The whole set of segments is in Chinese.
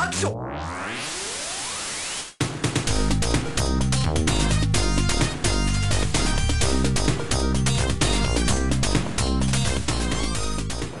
啾！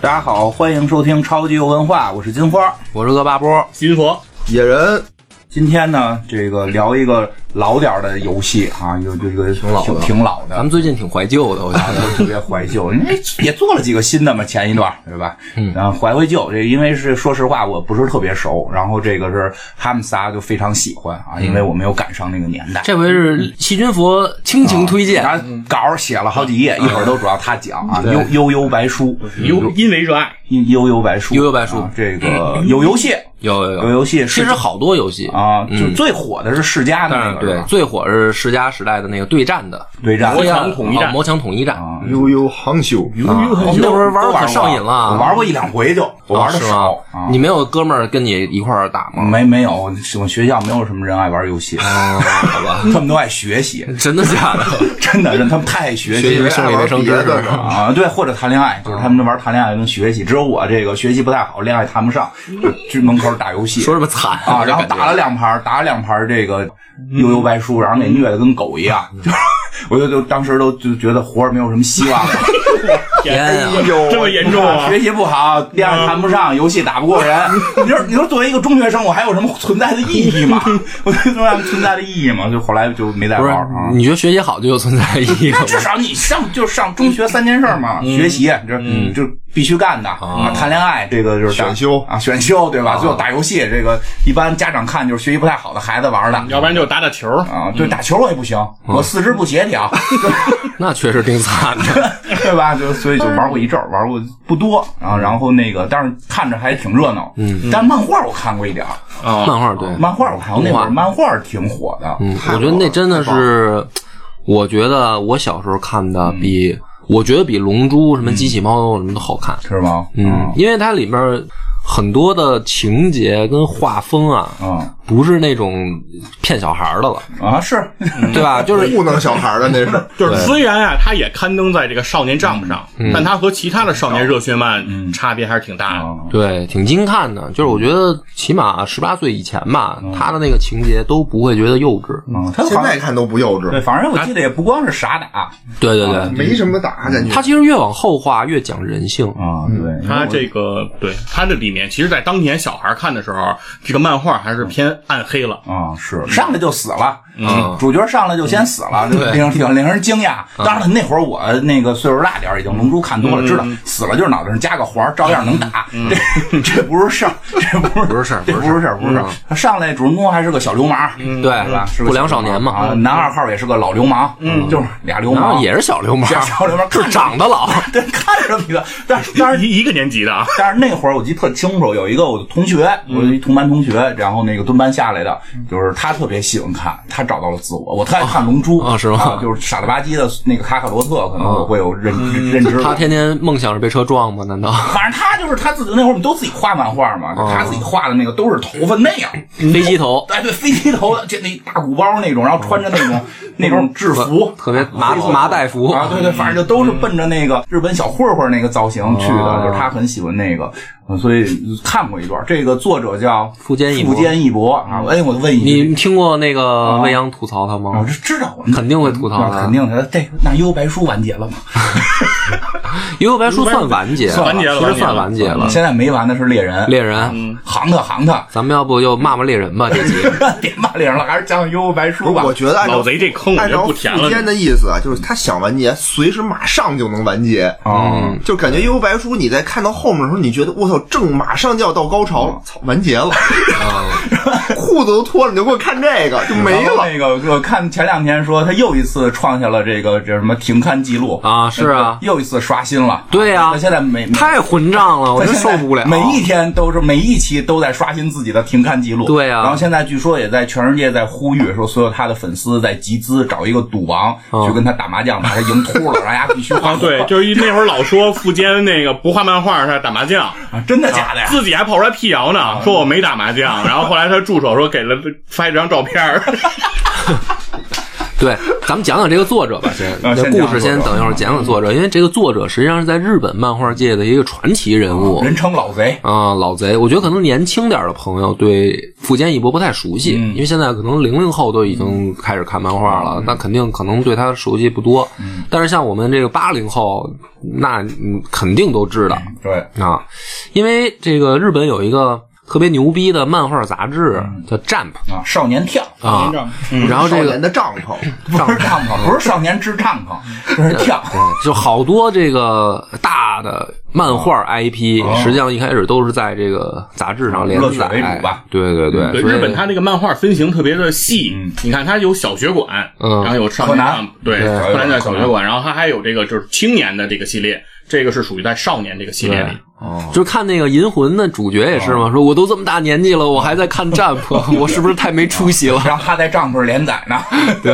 大家好，欢迎收听超级游文化，我是金花。我是恶霸波，金佛野人今天呢，这个聊一个老点儿的游戏啊，有这个挺老的挺老咱的们，最近挺怀旧的，我觉得。特别怀 旧，因为也做了几个新的嘛，前一段对吧？嗯，然后怀怀旧，这个因为是说实话，我不是特别熟，然后这个是他们仨就非常喜欢啊，因嗯为我没有赶上那个年代。这回是细菌佛倾情推荐，然后稿儿写了好几页，一会儿都主要他讲啊，悠悠悠白书，由因为热爱，悠悠白书，嗯悠悠白书啊 这个有游戏，有有有游戏是其实好多游戏，啊，就最火的是世嘉的那嗯但是个，是对吧最火是世嘉时代的那个对战的对战魔墙统一战啊魔墙统一战。啊啊，悠悠啊杭修，我们那会儿玩都的可玩上瘾我了，玩过一两回就，我玩的是少吗啊。？你没有哥们儿跟你一块儿打吗？没没有，我学校没有什么人爱玩游戏，哦好吧， 他们都爱学 习，真的假 的？真的，人他们太爱学学习习为生理卫生知别的识是啊，对，或者谈恋爱，就是他们都玩谈恋爱跟学习，只有我这个学习不太好，恋爱谈不上，就去门口打游戏，说这么惨 啊，然后打了两盘，打了两盘这个悠悠白书，然后给虐的跟狗一样，就是 我就就当时都就觉得活着没有什么希望了。哎天啊！这么严重啊！学习不好，恋爱谈不上，游戏打不过人。你说，你说作为一个中学生，我还有什么存在的意义吗？ 我有什么存在的意义吗？就后来就没再不玩是儿啊，。你觉得学习好就有存在意义了那吗？ 至少你上就上中学三件事儿嘛，学习这就必须干的啊，谈恋爱这个就是打选修啊，选修对吧？最后打游戏这个一般家长看就是学习不太好的孩子玩儿的要不然就打打球，啊，对，打球我也不行，我四肢不协 调。那确实挺惨 的。对吧？就所以就玩过一阵儿，玩过不多啊。然后那个，但是看着还挺热闹。嗯，但漫画我看过一点儿，漫画对，漫画我看过那会动儿画漫画挺火的。嗯我觉得那真的是，我觉得我小时候看的比，我觉得比《龙珠》什么《机器猫》什么都好看。是吗？嗯，因为它里面很多的情节跟画风啊，嗯不是那种骗小孩儿的了，啊是， 对吧？就是糊弄啊小孩的那是就是虽然啊，它也刊登在这个少年 Jump 上，但它和其他的少年热血漫差别还是挺大的。嗯对，挺精看的。就是我觉得起码十八岁以前吧，他的那个情节都不会觉得幼稚。嗯，他现好像在看都不幼对，稚，反正我记得也不光是傻打对对对，没什么打感觉。他其实越往后画越讲人性。啊，对，它这个对它这里面，其实，在当年小孩看的时候，这个漫画还是偏暗黑了。啊是上来就死了，嗯主角上来就先死了，对令挺令人惊讶。当然了，那会儿我那个岁数大点儿，已经龙珠看多了，知道死了就是脑袋上加个环儿，照样能打。这这不是事儿，这不是不是事儿这不是不是事儿，不是事儿。他上来主人公还是个小流氓，对是吧？是，个不良少年嘛，啊，男二号也是个老流氓，嗯，就是俩流然氓后也是小流氓， 小流氓就长得老。对，看着比他，但是但是。一一个年级的啊，但是那会儿我记得特清楚，有一个我的同学，嗯我一同班同学，然后那个蹲班下来的，就是他特别喜欢看，他找到了自我。我特爱看《龙珠》啊是吗啊啊就是傻了吧唧的那个卡卡罗特，可能我会有认认知。他天天梦想是被车撞吗？难道反正他就是他自己，那会儿我们都自己画漫画啊嘛，就他自己画的那个都是头发那样，飞机头？哎，对，飞机头的，这那大鼓包那种，然后穿着那 种那种制服，特别麻黑色的麻袋服啊，对对，反正就都是奔着那个日本小混混那个造型去哦的，就是他很喜欢那个，嗯所以看过一段。这个作者叫富坚义博富坚义博啊，哎，我问一句，你听过那个未央吐槽他我吗？是知道我肯定会吐槽那的。肯定的，这那幽白书完结了吗？幽游白书算完结，算完结了其实算完结了。现在没完的是猎人，嗯猎人，行他行他， 咱们要不就骂骂猎人吧？这集别骂猎人了，还是讲讲幽白不书是，吧我。觉得按老照贼这坑我按就照不富填了。坚的意思啊，就是他想完结，随时马上就能完结。嗯，就感觉《幽游白书》，你在看到后面的时候，你觉得我操，正马上就要到高潮了，操，完结了， 裤子都脱了，你就给我看这个，就没然后了。那个，我看前两天说他又一次创下了这个这什么停刊记录啊是啊又一次刷新了。对啊他现在每每太混账了，我真他现受嗯在不了。每一天都是每一期都在刷新自己的停刊记录。对啊然后现在据说也在全世界在呼吁，说所有他的粉丝在集资找一个赌王嗯去跟他打麻将，把他赢秃了，让大家必须花啊，对，就是一那会儿老说富坚那个不画漫画，他打麻将，啊真的假的呀？自己还跑出来辟谣呢，说我没打麻将。然后后来他助手说给了发一张照片儿，对，咱们讲讲这个作者吧，先。啊这先故讲事先作者等一会儿讲讲作者，因为这个作者实际上是在日本漫画界的一个传奇人物人称老贼，啊，老贼。我觉得可能年轻点儿的朋友对富坚义博不太熟悉，因为现在可能零零后都已经开始看漫画了，那肯定可能对他熟悉不多。但是像我们这个八零后，那嗯肯定都知道。对，啊，因为这个日本有一个特别牛逼的漫画杂志叫《Jump 啊，少年跳，》啊，然后这少个年的帐篷，不是帐篷，不是少年支帐篷，这是跳，就好多这个大的漫画 IP，实际上一开始都是在这个杂志上连乐趣载哎为主吧。对对对，嗯对啊所以日本，它这个漫画分型特别的细，你看它有小学馆，嗯然后有少年柯南漫，对，对柯南在小学馆，然后它还有这个就是青年的这个系列，这个是属于在少年这个系列里。哦就是看那个《银魂》的主角也是嘛，说我都这么大年纪了，哦我还在看 Jump，我是不是太没出息了？然后他在帐篷连载呢， 对，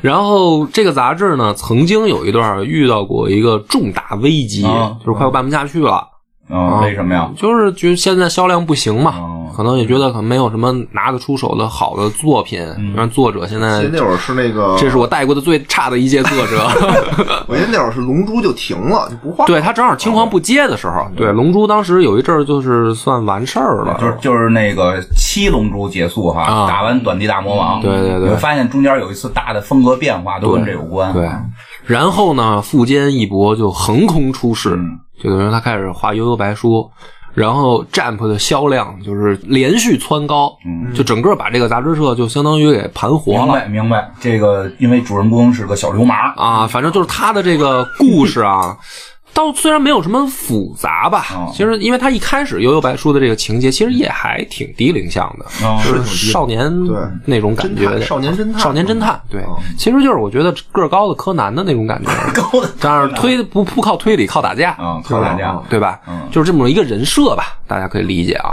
然后这个杂志呢，曾经有一段遇到过一个重大危机，啊就是快要办不下去了。嗯，为什么呀？就是觉得现在销量不行嘛，哦可能也觉得可能没有什么拿得出手的好的作品，嗯让作者现在其实那会儿是那个，哎这是我带过的最差的一届作 者。我觉得那会儿是《龙珠》就停了，就不画。对他正好青黄不接的时候，对《龙珠》当时有一阵儿就是算完事儿了，哦就是就是那个七龙珠结束哈，啊嗯打完短地大魔王，对对对你会发现中间有一次大的风格变化，都跟这有关，啊对。然后呢，富坚义博就横空出世，嗯就等于他开始画悠悠白书。然后 Jump 的销量就是连续蹿高，就整个把这个杂志社就相当于给盘活嗯明了。白明白，这个因为主人公是个小流氓，啊，反正就是他的这个故事 啊，倒虽然没有什么复杂吧，哦其实因为他一开始《悠悠白书》的这个情节，其实也还挺低龄向的，哦就是少年对那种感觉侦探少年侦探少 年侦探，嗯对，其实就是我觉得个儿高的柯南的那种感觉，高的但是推不不靠推理，靠打架，嗯靠打架对吧？嗯就是这么一个人设吧，大家可以理解啊。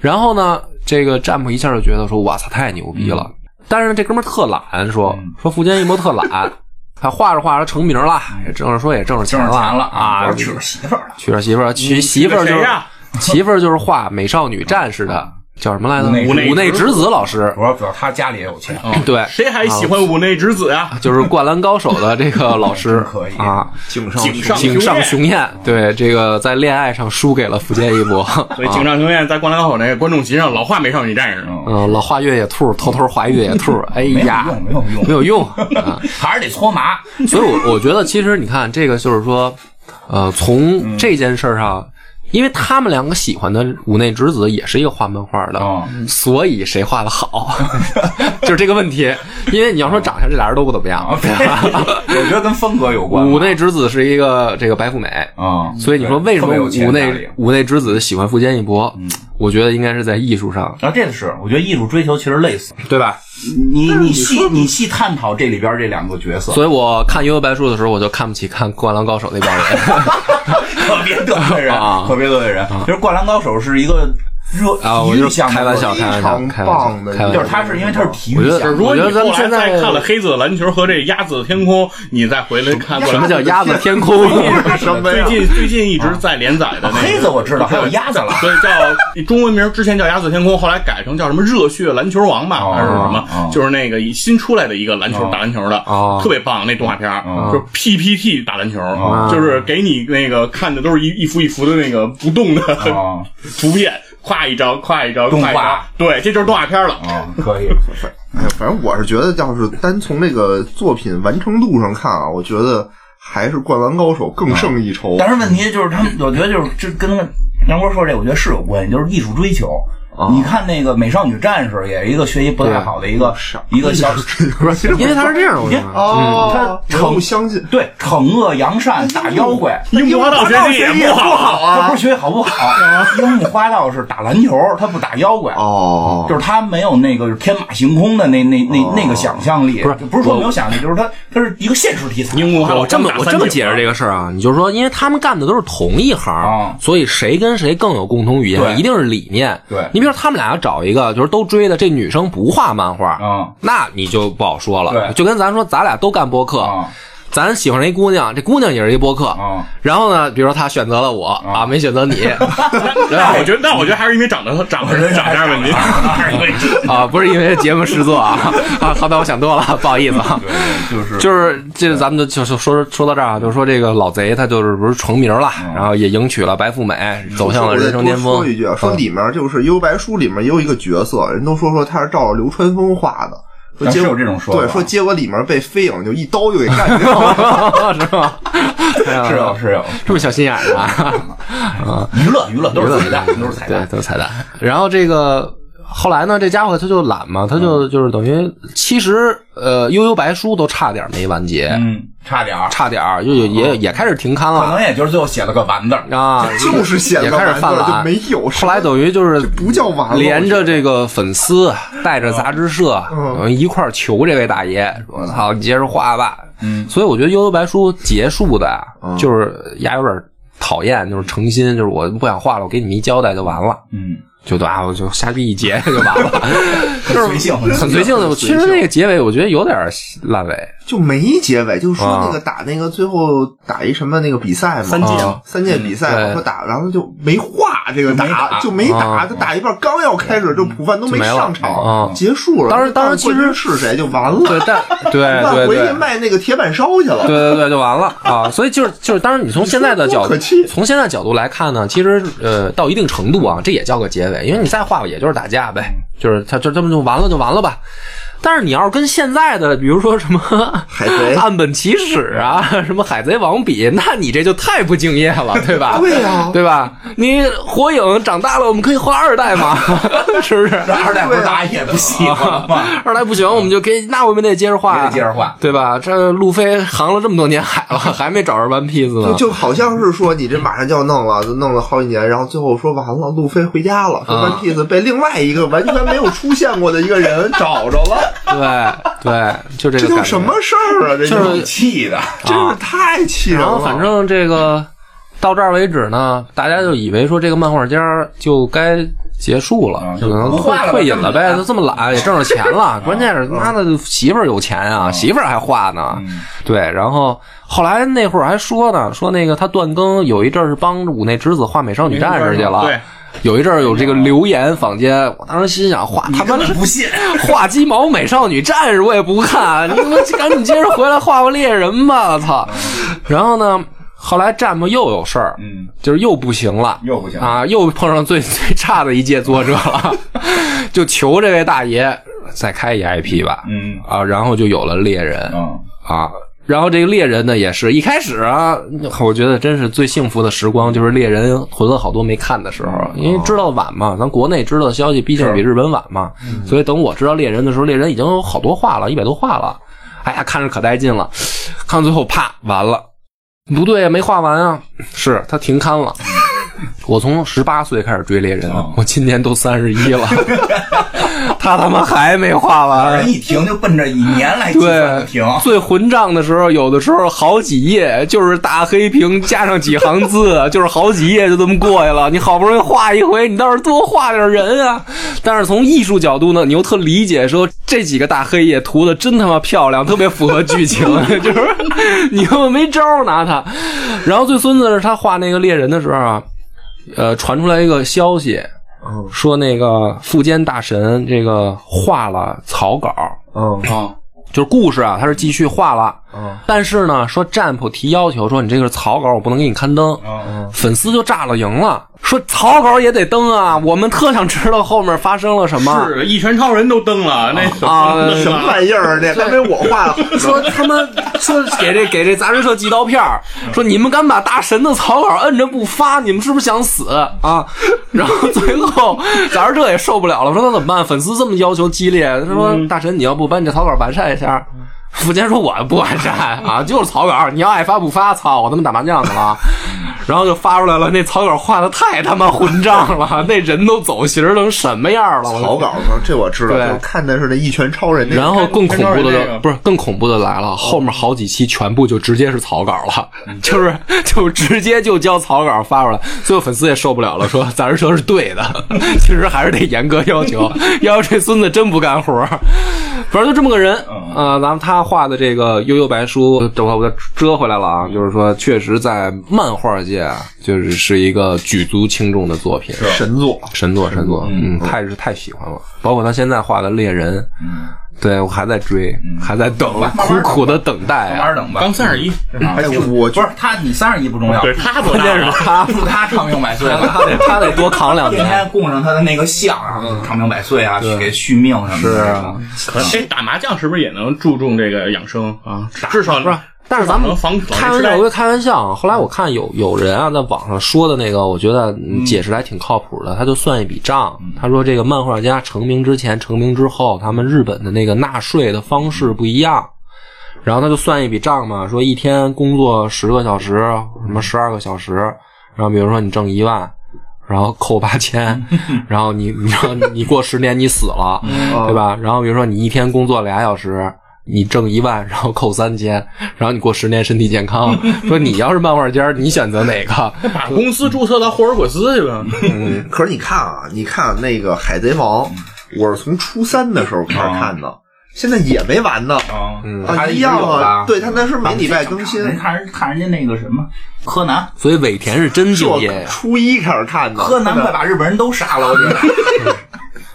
然后呢，这个占卜一下就觉得说，哇操，太牛逼嗯了！但是呢这哥们儿特懒，说说福建一博特 懒，他画着画着成名了，也挣着说也挣着嗯挣钱着钱了啊我，娶着媳妇儿了，娶了媳妇儿，娶媳妇儿就是谁呀媳妇儿就是画美少女战士的，叫什么来着？嗯内五直子内直子老师，主要主要他家里也有钱，啊对，谁还喜欢五内之子啊？就是《灌篮高手》的这个老师哦可以啊，井上井上井上雄雄彦，对这个在恋爱上输给了福建一博，哦所以井上雄彦在《灌篮高手》那个观众席上老画美少女战士，嗯，老画越野兔，偷偷画越野兔，哎没有呀，用没有用没有用啊！还是得 搓麻，所以我我觉得其实你看这个就是说，呃，嗯从这件事儿上。因为他们两个喜欢的五内直子也是一个画漫画的，哦所以谁画的好， 就是这个问题。因为你要说长相，这俩人都不怎么样啊。我觉得跟风格有关吧，五内直子是一个这个白富美，啊，所以你说为什特么别有钱五家内里五内之子喜欢富坚义博？我觉得应该是在艺术上，然后啊这个是，我觉得艺术追求其实类似，对吧？你你细你细探讨这里边这两个角色，所以我看《幽游白书》的时候，我就看不起看《灌篮高手》那帮人 特别得罪人啊， 特别得罪人。其实《灌篮高手》是一个热啊！我体就育是项目开玩笑，非开玩常笑，开玩笑，棒的开玩一就笑是。它是因为它是体我育觉得项是目，如果你我觉得咱后们现来在再看了《黑子的篮球》和这《鸭子的天空》，你再回来看过什么来。叫鸭子天空？啊 什么最呀？近最近一直在连载的那个啊黑子我知道，还有鸭 子了。 所以叫中文名之前叫《鸭子天空》，后来改成叫什么“热血篮球王”吧，哦还是什哦么？就是那个新出来的一个篮球打篮球的哦，特别棒那动画片儿哦，就是 PPT 打篮球，就是给你那个看的都是一一幅一幅的那个不动的啊 图片，夸一张夸一张，动画夸一张，对，这就是动画片了。啊，可以，哎呀反正我是觉得，要是单从这个作品完成度上看啊，我觉得还是《灌篮高手》更胜一筹。但是问题就是他们，我觉得就是这跟杨波说这，我觉得是有关系，就是艺术追求。啊你看那个《美少女战士》，也是一个学习不太好的一个啊一个小，因为他是这样，我觉嗯得哦，他我都不相信。对，惩恶扬善，打妖怪。嗯樱木花道学习也不好，啊他不是学习好啊 不好，樱木花道是打篮球，他不打妖怪。哦，就是他没有那个天马行空的那那那那个想象哦力，不是不是说没有想象力，就是他他是一个现实题材。樱木花道我这么刚打我三这么井解释这个事儿啊，你就说，因为他们干的都是同一行啊，所以谁跟谁更有共同语对言，一定是理念。对你比如他们俩要找一个，就是都追的这女生不画漫画，啊那你就不好说了。对就跟咱说，咱俩都干播客，啊，咱喜欢上一姑娘，这姑娘也是一播客，嗯然后呢，比如说她选择了我、啊，没选择你那我觉得，那我觉得还是因为长得长 得长相问题。 啊，不是因为节目制作啊 啊，好吧，我想多了，不好意思啊。就是就是这，咱们就就是说说到这儿啊，就是说这个老贼他就是不是成名了，然后也迎娶了白富美，嗯走向了我人再生多巅峰嗯嗯说。一句啊，说里面就是《幽游白书》里面也有一个角色，人都说说他是照着流川枫画的。说啊结是果有这种说法对，说结果里面被飞影就一刀就给干掉 了。是啊吧？哎呀是啊有是有这么小心眼儿啊！娱乐娱乐都是彩蛋，都是彩 哎对，蛋。都是彩蛋。然后这个后来呢，这家伙他就懒嘛，他嗯就就是等于其实呃，《悠悠白书》都差点没完结，嗯，差点儿，差点儿就也嗯也也开始停刊可了能也就是最后写了个完字儿。啊。就是显也得开始完犯了懒就没有。后来等于就是不叫完了连着这个粉丝，啊带着杂志社，等于一块儿求这位大爷说：“操，你接着画吧。”嗯，所以我觉得《悠悠白书》结束的啊，就是丫有点讨厌，就是诚心，就是我不想画了，我给你们一交代就完了。嗯，就啊，我就瞎逼一截就完了，就是随性很随性的。其实那个结尾我觉得有点烂尾，就没结尾，就是说啊那个打那个最后打一什么那个比赛嘛，三届啊三届比嗯赛对嘛，说打，然后就没画这个就没打打，就没打，啊嗯他打一半刚要开始，就普范都就没了上啊场，结束了。当然当然然，其实是谁就完了，对，但对对那回对去。卖那个铁板烧去了。对对对，就完了啊！所以就是就是，当然你从现在的角多可气从现在角度来看呢，其实呃，到一定程度啊，这也叫个结尾，因为你再画也就是打架呗，就是他就这么就完了就完了吧。但是你要是跟现在的，比如说什么海贼岸本齐史啊，什么海贼王比，那你这就太不敬业了，对吧？对呀对吧？你火影长大了，我们可以画二代 嘛，是不是？这 二代不是大家也不喜 欢吗？二代不行，我们就给那我们得接着画也呀，得接着画对吧？这路飞航了这么多年海了，还没找着 One Piece 呢就。就好像是说你这马上就要弄了，就弄了好几年，然后最后说完了，路飞回家了，说啊 One Piece 被另外一个完全没有出现过的一 个人找着了，对对，就这这个叫感觉。什么事儿啊？这就是是气的，真是太气人然后了。反正这个到这儿为止呢，大家就以为说这个漫画家就该结束了，啊就可能不画了退吧退隐了呗，就这么懒这么懒，也挣着钱了。关键是妈的媳妇儿有钱啊，媳妇儿还画呢。对，然后后来那会儿还说呢，说那个他断更有一阵儿是帮五内之子画美少女战士去了。对。有一阵儿有这个流言坊间，我当时心想，画他妈根是本不信。 画鸡毛美少女战士我也不看，你给我赶紧接着回来画个猎人吧，我操！然后呢，后来战部又有事儿，嗯，就是又不行了，又不行啊，又碰上最 最差的一届作者了， 就求这位大爷再开一 IP 吧，嗯啊，然后就有了猎人嗯，啊。然后这个猎人呢，也是一开始啊，我觉得真是最幸福的时光，就是猎人囤了好多没看的时候，因为知道晚嘛，咱国内知道消息毕竟比日本晚嘛，所以等我知道猎人的时候，猎人已经有好多话了，一百多话了，哎呀，看着可带劲了，看到最后啪完了，不对呀，没画完啊，是他停刊了。我从十八岁开始追猎人，我今年都三十一了， 他他妈还没画完，人一停就奔着以年来计算对的，停。最混账的时候，有的时候好几页就是大黑屏加上几行字， 就是好几页就这么过去了。你好不容易画一回，你倒是多画点人啊！但是从艺术角度呢，你又特理解说这几个大黑页涂的真他妈漂亮，特别符合剧情， 就是你又没招儿拿它。然后最孙子是他画那个猎人的时候啊，呃，传出来一个消息。说那个富坚大神这个画了草稿，啊嗯，嗯就是故事啊，它是继续画了，嗯但是呢，说占卜提要求说你这个是草稿，我不能给你刊登，嗯粉丝就炸了营了，说草稿也得登啊，我们特想知道后面发生了什么。 是啊一拳超人都登了，那什啊 么 什么玩意儿？啊这还没我画好。 说他们说 嗯给这给这杂志社寄刀片儿说你们敢把大神的草稿摁着不发，你们是不是想死啊？ 然后最后杂志社也受不了了，说那怎么办？粉丝这么要求激烈，他说大神你要不把你这草稿完善一下。 福建说：“我不完善啊，就是草稿，你要爱发不发，操，我他妈打麻将去 了。”然后就发出来了，那草稿画的太他妈混账了， 那人都走形儿成什么样了？我 草稿上这我知道，对就是看的是那一拳超人那个。然后更恐怖的看看这个就不是更恐怖的来了，后面好几期全部就直接是草稿了， 就是就直接就交草稿发出来，最后粉丝也受不了了，说咱这 说是对的，其实还是得严格要求，要是这孙子真不干活儿，反正就这么个人啊、咱们他画的这个《悠悠白书》，等会儿我再遮回来了啊，就是说，确实在漫画界啊就是是一个举足轻重的作品，神作，神作神作，嗯，太是太喜欢了，包括他现在画的《猎人》，嗯，对我还在追，还在等，慢苦苦的等待慢啊慢。等吧。刚三十一，还哎我不是他，你三十一不重要，对他多关大键了是？嗯他，祝他长命百 岁吧。他得他得多扛 两 天年。天供上他的那个像啊，长命百岁啊，去给续命什么的。是啊嗯可 能哎，打麻将是不是也能注重这个养生啊？至少不是，但是咱们能防防开玩吃笑呆归开玩笑啊，后来我看有有人啊在网上说的那个，我觉得嗯解释的还挺靠谱的。他就算一笔账，他说这个漫画家成名之前、成名之后，他们日本的那个纳税的方式不一样。然后他就算一笔账嘛，说一天工作十个小时，什么十二个小时，然后比如说你挣一万，然后扣八千， 然后你你说你过十年你死了，对吧？然后比如说你一天工作俩小时，你挣一万，然后扣三千，然后你过十年身体健康。说你要是漫画家，你选择哪个？ 把公司注册到霍尔果斯去吧。可是你看啊，你看那个《海贼王》，我是从初三的时候开始看的，现在也没完呢。啊，嗯啊，他一样啊，啊，对他那是每礼拜更新，人看人看人家那个什么柯南，所以尾田是真是敬我业 呀。初一开始看的。柯南快把日本人都杀了，我觉 得。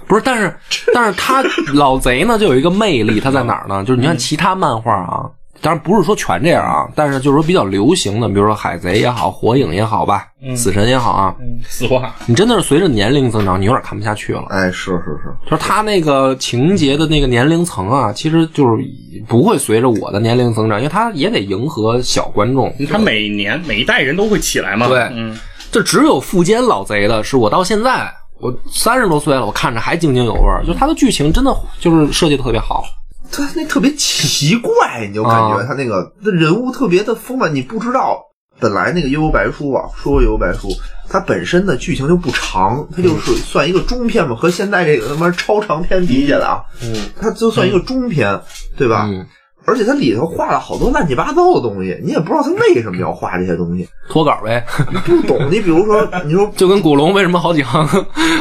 不是，但是但是他老贼呢就有一个魅力，他在哪儿呢？就是你看其他漫画啊，当然不是说全这样啊，但是就是说比较流行的，比如说海贼也好，火影也好吧，死神也好啊，死话，你真的是随着年龄增长，你有点看不下去了。哎，是是是，就是他那个情节的那个年龄层啊，其实就是不会随着我的年龄增长，因为他也得迎合小观众。他每年每一代人都会起来嘛。对嗯，就只有富坚老贼的是我到现在我三十多岁了，我看着还津津有味儿。就他的剧情真的就是设计的特别好。他那特别奇怪，你就感觉啊他那个那人物特别的丰满，你不知道。本来那个《幽游白书》啊，说《幽游白书》，它本身的剧情就不长，它就是嗯算一个中篇嘛，和现在这个他妈超长篇比起来啊，嗯，它就算一个中篇，对吧？嗯，而且它里头画了好多乱七八糟的东西，你也不知道他为什么要画这些东西，脱稿呗，你不懂。你比如说，你说就跟古龙为什么好几行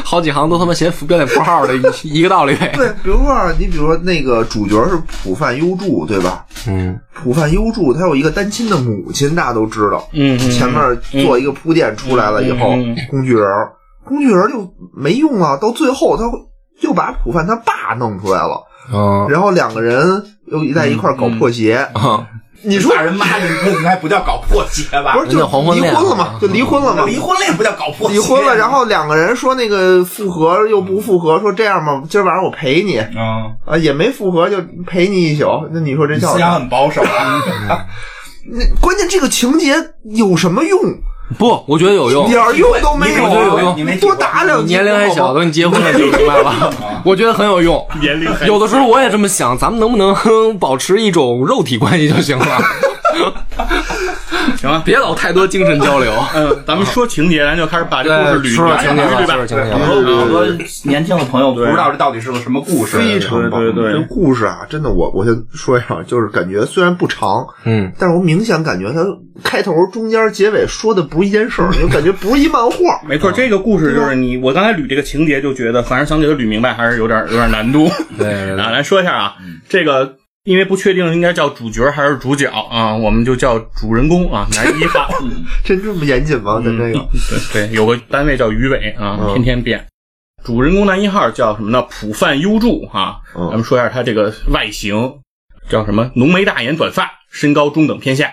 好几行都他妈写标点符号的一一个道理呗。对，比如说啊，你比如说那个主角是浦饭优助，对吧？嗯，浦饭优助他有一个单亲的母亲，大家都知道。嗯，嗯前面做一个铺垫出来了以后嗯嗯嗯，工具人儿，工具人儿就没用了，到最后他又把普范他爸弄出来了，嗯然后两个人又在一块儿搞破鞋。啊，你说把人妈的，那应该不叫搞破鞋吧？不是人家就黄昏离恋婚了啊嘛？就离婚了嘛？离婚了也不叫搞破鞋。离婚了，然后两个人说那个复合又不复合，说这样吧，今儿晚上我陪你嗯，啊，也没复合就陪你一宿。那你说这你叫思什想么？很保守啊。嗯 那关键这个情节有什么用？不，我觉得有一用。点儿用都没你没体会有。啊你没体会多打两集年龄还好小，吗等你结婚了就明白 嗯了。我觉得很有用。年龄还有的时候我也这么想，咱们能不能保持一种肉体关系就行了？行啊。别老太多精神交 流。嗯，咱们说情节，咱就开始把这故对，事说捋说捋情下节来，吧，对说吧说？情嗯节有吧。好多年轻的朋友不知道这到底是个什么故事，非常棒。对对对这故事啊，真的我我先说一下，就是感觉虽然不长，嗯，但是我明显感觉它开头、中间、结尾说的不是一件事儿，就感觉不是一漫画。没错，这个故事就是你，我刚才捋这个情节就觉得，反正想给它捋明白还是有点有点难度。对对嗯对啊，来说一下啊，这个因为不确定应该叫主角还是主角啊，我们就叫主人公啊，男一 号。真这么严谨吗？咱这个嗯嗯对，有个单位叫鱼尾啊，天天变。主人公男一号叫什么呢？浦饭优助啊。嗯咱们说一下他这个外形，叫什么？浓眉大眼，短发，身高中等偏下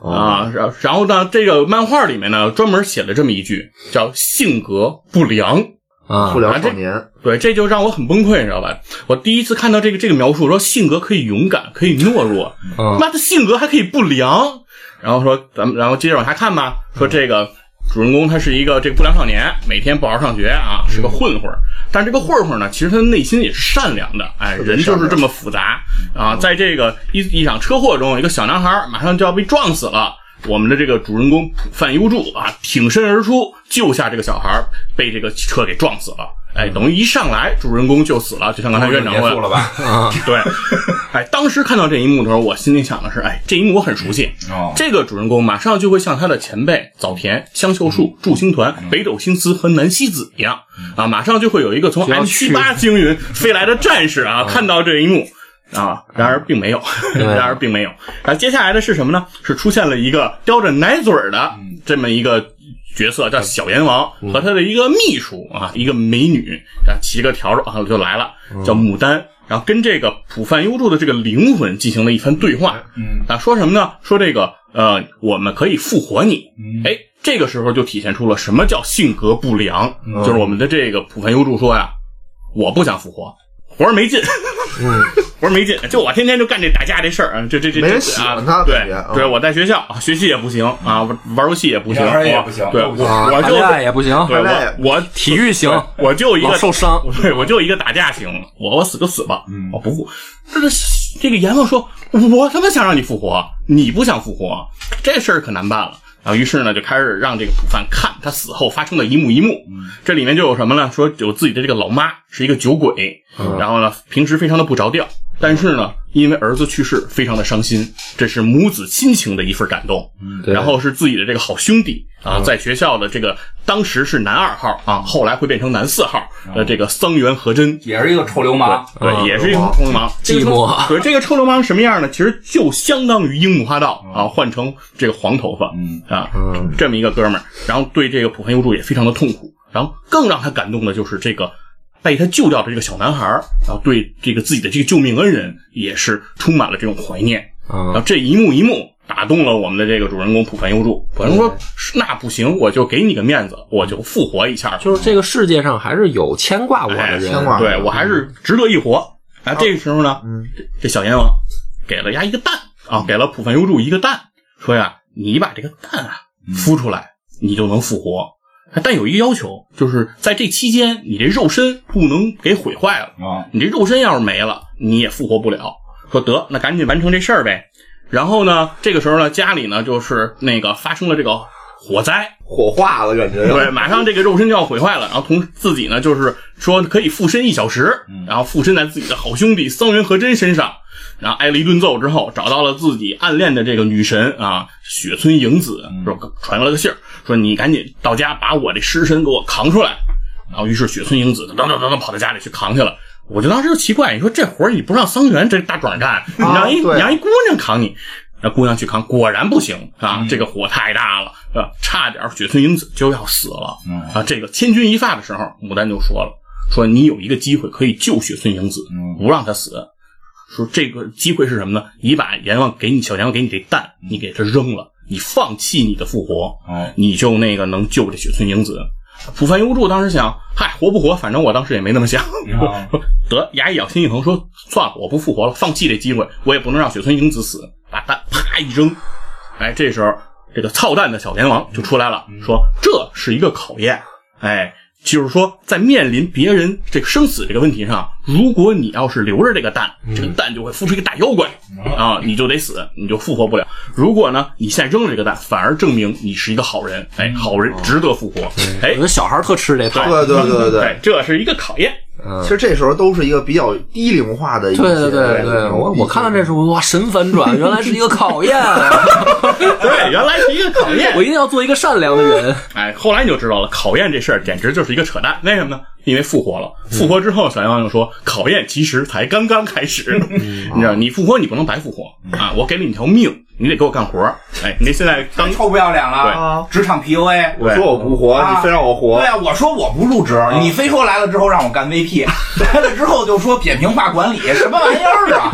哦嗯啊。然然后呢，这个漫画里面呢，专门写了这么一句，叫性格不良。啊不，良少年，对，这就让我很崩溃，你知道吧？我第一次看到这个这个描述，说性格可以勇敢，可以懦弱，嗯妈的性格还可以不良。然后说咱们，然后接着往下看吧。说这个主人公他是一个这个不良少年，每天不好好上学啊，是个混混儿。但是这个混混儿呢，其实他内心也是善良的，哎，人就是这么复杂啊。在这个一一场车祸中，一个小男孩儿马上就要被撞死了。我们的这个主人公浦饭优助啊，挺身而出救下这个小孩儿，被这个车给撞死了。哎，等于一上来主人公就死了，就像刚才院长结问束，了吧？对，哎，当时看到这一幕的时候，我心里想的是，哎，这一幕我很熟悉。哦这个主人公马上就会像他的前辈早田、香秀树、祝星团、北斗星司和南希子一样啊，马上就会有一个从要 M 去七八星云飞来的战士啊，看到这一幕。啊，然而并没有，对 然而并没有。然后接下来的是什么呢？是出现了一个叼着奶嘴儿的这么一个角色，叫小阎王和他的一个秘书啊，一个美女，啊，骑个笤帚啊就来了，叫牡丹。然后跟这个普范优助的这个灵魂进行了一番对话，嗯啊，说什么呢？说这个呃，我们可以复活你。嗯哎，这个时候就体现出了什么叫性格不良，嗯就是我们的这个普凡优助说呀，我不想复活，活儿没劲，嗯， 活儿没劲，就我天天就干这打架这事儿啊，这这这没人这喜啊欢他对感觉啊对，我在学校啊学习也不行啊，玩玩游戏也不行，玩儿也我不行对，都我不行我谈就恋爱也不行，对谈恋爱我我体育行，我就一老个受伤，我对我就一个打架型，我我死就死吧，嗯我不复。这个这个阎王说，我他妈想让你复活，你不想复活，这事儿可难办了。然后于是呢，就开始让这个普范看他死后发生的一幕一幕。嗯这里面就有什么呢？说有自己的这个老妈是一个酒鬼，然后呢，平时非常的不着调，但是呢，因为儿子去世，非常的伤心，这是母子亲情的一份感动。对然后是自己的这个好兄弟啊，在学校的这个当时是男二号啊，后来会变成男四号的这个桑原和真，也是一个臭流氓，对，也是一个臭流氓。这 个寂臭寞对，这个臭流氓什么样呢？其实就相当于樱木花道啊，换成这个黄头发嗯啊，嗯这么一个哥们儿，然后对这个浦原优助也非常的痛苦。然后更让他感动的就是这个被他救掉的这个小男孩儿，然后对这个自己的这个救命恩人也是充满了这种怀念。然后嗯，这一幕一幕打动了我们的这个主人公浦凡优助。浦凡嗯说：“那不行，我就给你个面子，我就复活一下。”就是这个世界上还是有牵挂我的哎人，牵挂对我还是值得一活。啊，这个时候呢，嗯这这小阎王给了丫一个蛋啊，给了浦凡优助一个蛋，说呀：“你把这个蛋啊孵出来，你就能复活。”但有一个要求，就是在这期间，你这肉身不能给毁坏了。啊，你这肉身要是没了，你也复活不了。说得，那赶紧完成这事儿呗。然后呢，这个时候呢，家里呢就是那个发生了这个火灾，火化了感觉要。对，马上这个肉身就要毁坏了。然后同自己呢，就是说可以附身一小时，嗯然后附身在自己的好兄弟桑原和真身上。然后挨了一顿揍之后，找到了自己暗恋的这个女神啊，雪村影子，说传了个信儿，说你赶紧到家把我这尸身给我扛出来。然后于是雪村英子噔噔噔噔跑到家里去扛去了。我就当时就奇怪，你说这活儿你不让桑园这大壮干，你让一、对你让一姑娘扛你，那姑娘去扛，果然不行啊！这个火太大了，啊，差点雪村英子就要死了、嗯啊！这个千钧一发的时候，牡丹就说了，说你有一个机会可以救雪村英子，嗯不让她死。说这个机会是什么呢？你把阎王给你小阎王给你这蛋，你给它扔了，你放弃你的复活，哦，你就那个能救这雪村英子。浦饭优助当时想，嗨，活不活，反正我当时也没那么想。啊得，牙一咬，心一横，说算了，我不复活了，放弃这机会，我也不能让雪村英子死。把蛋啪一扔，哎，这时候这个操蛋的小阎王就出来了，说这是一个考验，哎。就是说，在面临别人这个生死这个问题上，如果你要是留着这个蛋，这个蛋就会孵出一个大妖怪啊，你就得死，你就复活不了。如果呢，你现在扔了这个蛋，反而证明你是一个好人，哎，好人值得复活，哎我觉，得小孩儿特吃这套，对对对对对哎，这是一个考验。嗯其。实这时候都是一个比较低龄化的一些对对对那对，种我意见我看到这时候哇，神反转，原来是一个考验，啊 对，原来是一个考验我。一定要做一个善良的人。哎，后来你就知道了，考验这事儿简直就是一个扯淡。为什么呢？因为复活了，复活之后，小阎王就说，考验其实才刚刚开始。 你知道，你复活你不能白复活啊！我给了你条命，你得给我干活儿。哎，你得现在当臭不要脸了，职场 PUA。我说我不活，啊你非让我活啊对，啊，我说我不入职，你非说来了之后让我干 VP，来了之后就说扁平化 管理，什么玩意儿啊？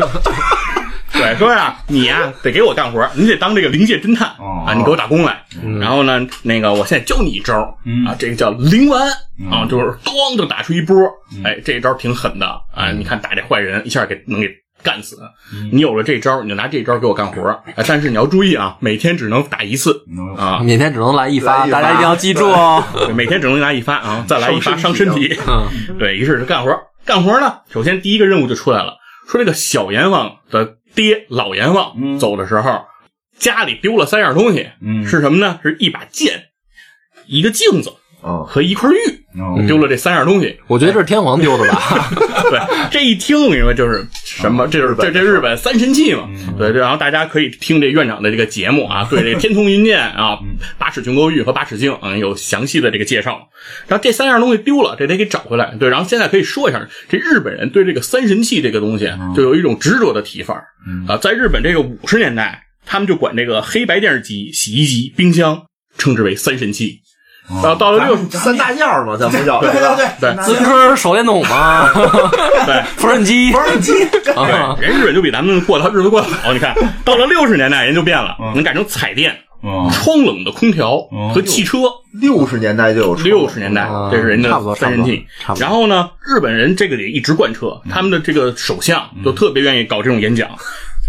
对，说呀，你呀、得给我干活儿，你得当这个灵界侦探、哦啊，你给我打工来。嗯然后呢，那个我现在教你一招儿、啊，这个叫灵丸、嗯啊，就是咣就打出一波儿，哎，这一招儿挺狠的啊，你看打这坏人一下给能给。干死嗯你有了这招儿，你就拿这招儿给我干活儿。哎，但是你要注意啊，每天只能打一次嗯啊，每天只能来一发，来一大发家一定要记住哦。对每天只能拿一发啊，再来一发伤伤身身体体。嗯嗯对，于是就干活。干活呢，首先第一个任务就出来了，说这个小阎王的爹老阎王嗯走的时候，家里丢了三样东西，嗯是什么呢？是一把剑，一个镜子啊，和一块玉，嗯丢了这三样东西。我觉得这是天皇丢的 吧？ 对，这一听我跟你说就是什么，这就是这这啊日本嗯三神器嘛。对，对然后大家可以听这院长的这个节目啊，对这个天童云剑啊、八尺琼勾玉和八尺镜嗯有详细的这个介绍。然后这三样东西丢了，这得给找回来。对，然后现在可以说一下，这日本人对这个三神器这个东西就有一种执着的提法儿啊，在日本这个五十年代，他们就管这个黑白电视机、洗衣机、冰箱称之为三神器。然后到了六十三大件儿嘛，咱们叫对对对对自行车、手电筒嘛，对。缝纫机不是鸡，啊，人日本就比咱们过得日子过得好。你看，到了六十年代，人就变了，能改成彩电、嗯窗冷的空调嗯和汽车。六十年代就有六十年代啊，这是人差不多的三神器差不多差不多。嗯然后呢，日本人这个也一直贯彻，他们的这个首相都特别愿意搞这种演讲。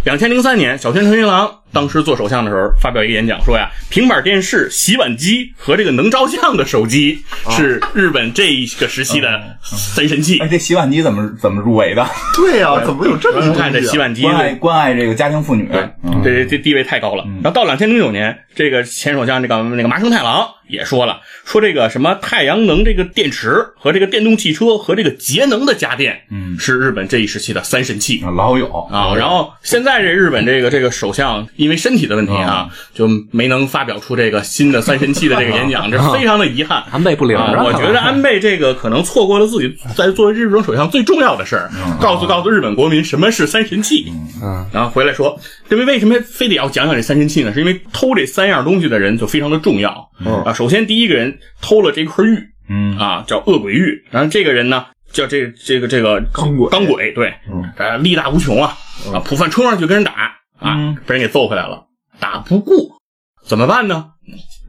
两千零三年，小泉纯一郎当时做首相的时候，发表一个演讲，说呀，平板电视、洗碗机和这个能照相的手机啊是日本这一个时期嗯的三神器哎，。这洗碗机怎么怎么入围的？对呀，怎么有这么一你东看这洗西啊？碗机，关爱关爱这个家庭妇女，嗯这这地位太高了。然后到两千零九年，这个前首相这个那个麻生太郎也说了，说这个什么太阳能这个电池和这个电动汽车和这个节能的家电，嗯是日本这一时期的三神器。老有啊，嗯然后现在这日本这个这个首相因为身体的问题啊，嗯就没能发表出这个新的三神器的这个演 讲，这非常的遗憾。安倍不领啊，着。我觉得安倍这个可能错过了自己在作为日本首相最重要的事儿，告诉告诉日本国民什么是三神器。嗯，然后回来说，因为为什么非得要讲讲这三神器呢？是因为偷这三样东西的人就非常的重要。嗯啊，首先第一个人偷了这块玉，嗯啊，叫恶鬼玉。然后这个人呢，叫这这个这个钢鬼钢鬼，对，呃，力大无穷啊，啊，普范冲上去跟人打啊嗯，被人给揍回来了，打不过怎么办呢？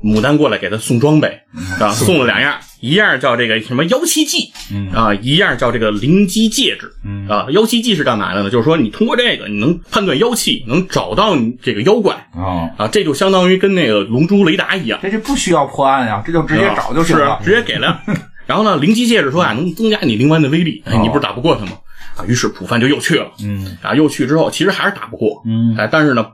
牡丹过来给他送装备啊，送了两样，一样叫这个什么妖气剂嗯啊，一样叫这个灵机戒指嗯啊。妖气剂是干嘛的呢？就是说你通过这个，你能判断妖气，能找到你这个妖怪哦，啊，这就相当于跟那个龙珠雷达一样。这就不需要破案呀，这就直接找就行是啊了。直接给 了。然后呢，灵机戒指说啊，能增加你灵丸的威力，哎，你不是打不过他吗？啊，于是普范就又去了，哦嗯啊，又去之后其实还是打不过，嗯哎，但是呢，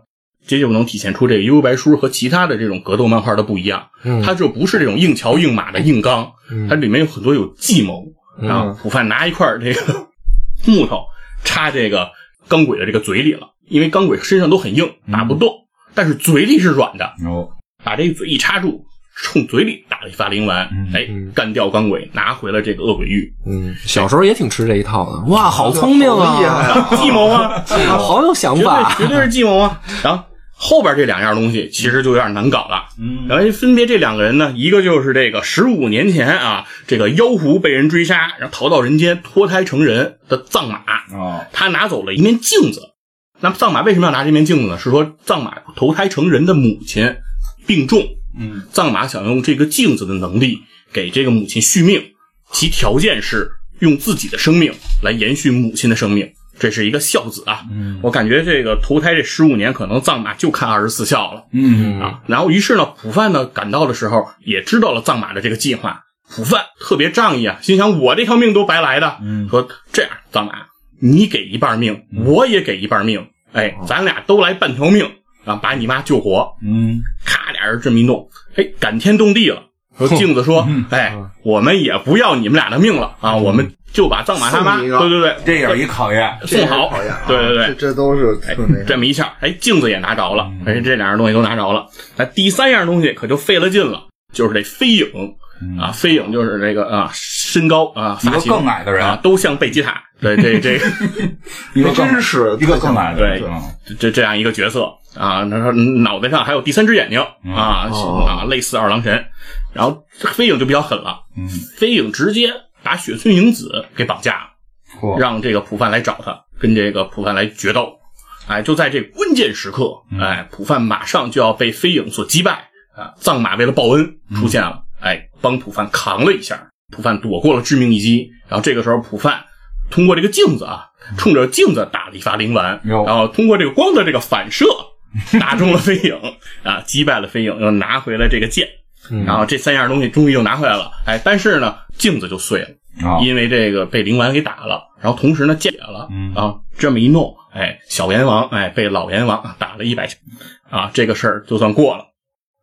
这就能体现出这个《幽游白书》和其他的这种格斗漫画的不一样，嗯它就不是这种硬桥硬马的硬刚，嗯它里面有很多有计谋。嗯然后普范拿一块这个 木头插这个钢轨的这个嘴里了，因为钢轨身上都很硬，打嗯不动，但是嘴里是软的，哦，把这个嘴一插住，冲嘴里打了一发灵丸，哎，干掉钢鬼，拿回了这个恶鬼玉，嗯，小时候也挺吃这一套的。哇，好聪明好厉害啊！啊！计谋啊，好有想绝法对。绝对是计谋啊。然后后边这两样东西其实就有点难搞了。嗯然后分别这两个人呢，一个就是这个十五年前啊，这个妖狐被人追杀，然后逃到人间脱胎成人的藏马，嗯哦，他拿走了一面镜子。那么藏马为什么要拿这面镜子呢？是说藏马投胎成人的母亲病重，嗯藏马想用这个镜子的能力给这个母亲续命，其条件是用自己的生命来延续母亲的生命。这是一个孝子啊！嗯我感觉这个投胎这十五年，可能藏马就看二十四孝了嗯啊。然后，于是呢，普范呢赶到的时候，也知道了藏马的这个计划。普范特别仗义啊，心想我这条命都白来的，嗯说这样，藏马，你给一半命，我也给一半命，哎，哦咱俩都来半条命啊，把你妈救活。嗯咔，俩人这么一弄，哎，感天动地了。说镜子说：“哎，我们也不要你们俩的命了啊，我们就把藏马他妈，送对你一个对对，这也是一考验。送好讨厌啊，，对对对这，这都是特那这个么一下，哎，镜子也拿着了，哎，这两样东西都拿着了。那第三样东西可就费了劲了，就是这飞影啊，飞影就是这个啊，身高啊，一发个型更矮的啊人，，都像贝吉塔，对这这个。”一个哎真更是一个更矮的人，对嗯这这样一个角色啊，他说脑袋上还有第三只眼睛啊、哦啊，类似二郎神。然后飞影就比较狠了，嗯飞影直接把雪村影子给绑架了，嚯让这个普范来找他，跟这个普范来决斗。哎，就在这关键时刻，哎，普范马上就要被飞影所击败啊！藏马为了报恩出现了，哎，帮普范扛了一下，普范躲过了致命一击。然后这个时候，普范通过这个镜子啊，冲着镜子打了一发灵丸，哟然后通过这个光的这个反射，打中了飞影啊，击败了飞影，又拿回了这个剑。然后这三样东西终于就拿回来了，哎，但是呢，镜子就碎了，啊，因为这个被灵丸给打了，然后同时呢，剑也了嗯，啊，这么一弄，哎，小阎王哎被老阎王打了一百下，啊，这个事儿就算过了。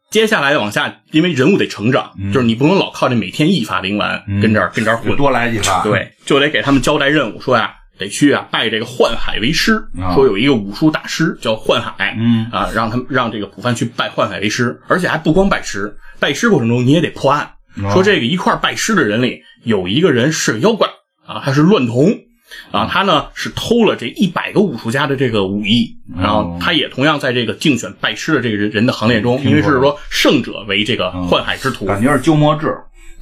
接下来往下，因为人物得成长，就是你不能老靠这每天一发灵丸跟这儿跟这儿混，嗯多来几发。， 对，就得给他们交代任务，说呀、得去啊拜这个幻海为师，啊说有一个武术大师叫幻海，嗯啊，让他们让这个普范去拜幻海为师，而且还不光拜师，拜师过程中你也得破案，哦说这个一块拜师的人里有一个人是妖怪啊，他是乱童。啊，他呢是偷了这一百个武术家的这个武艺，然后他也同样在这个竞选拜师的这个人人的行列中，因为是说胜者为这个幻海之徒，哦感觉是鸠摩智。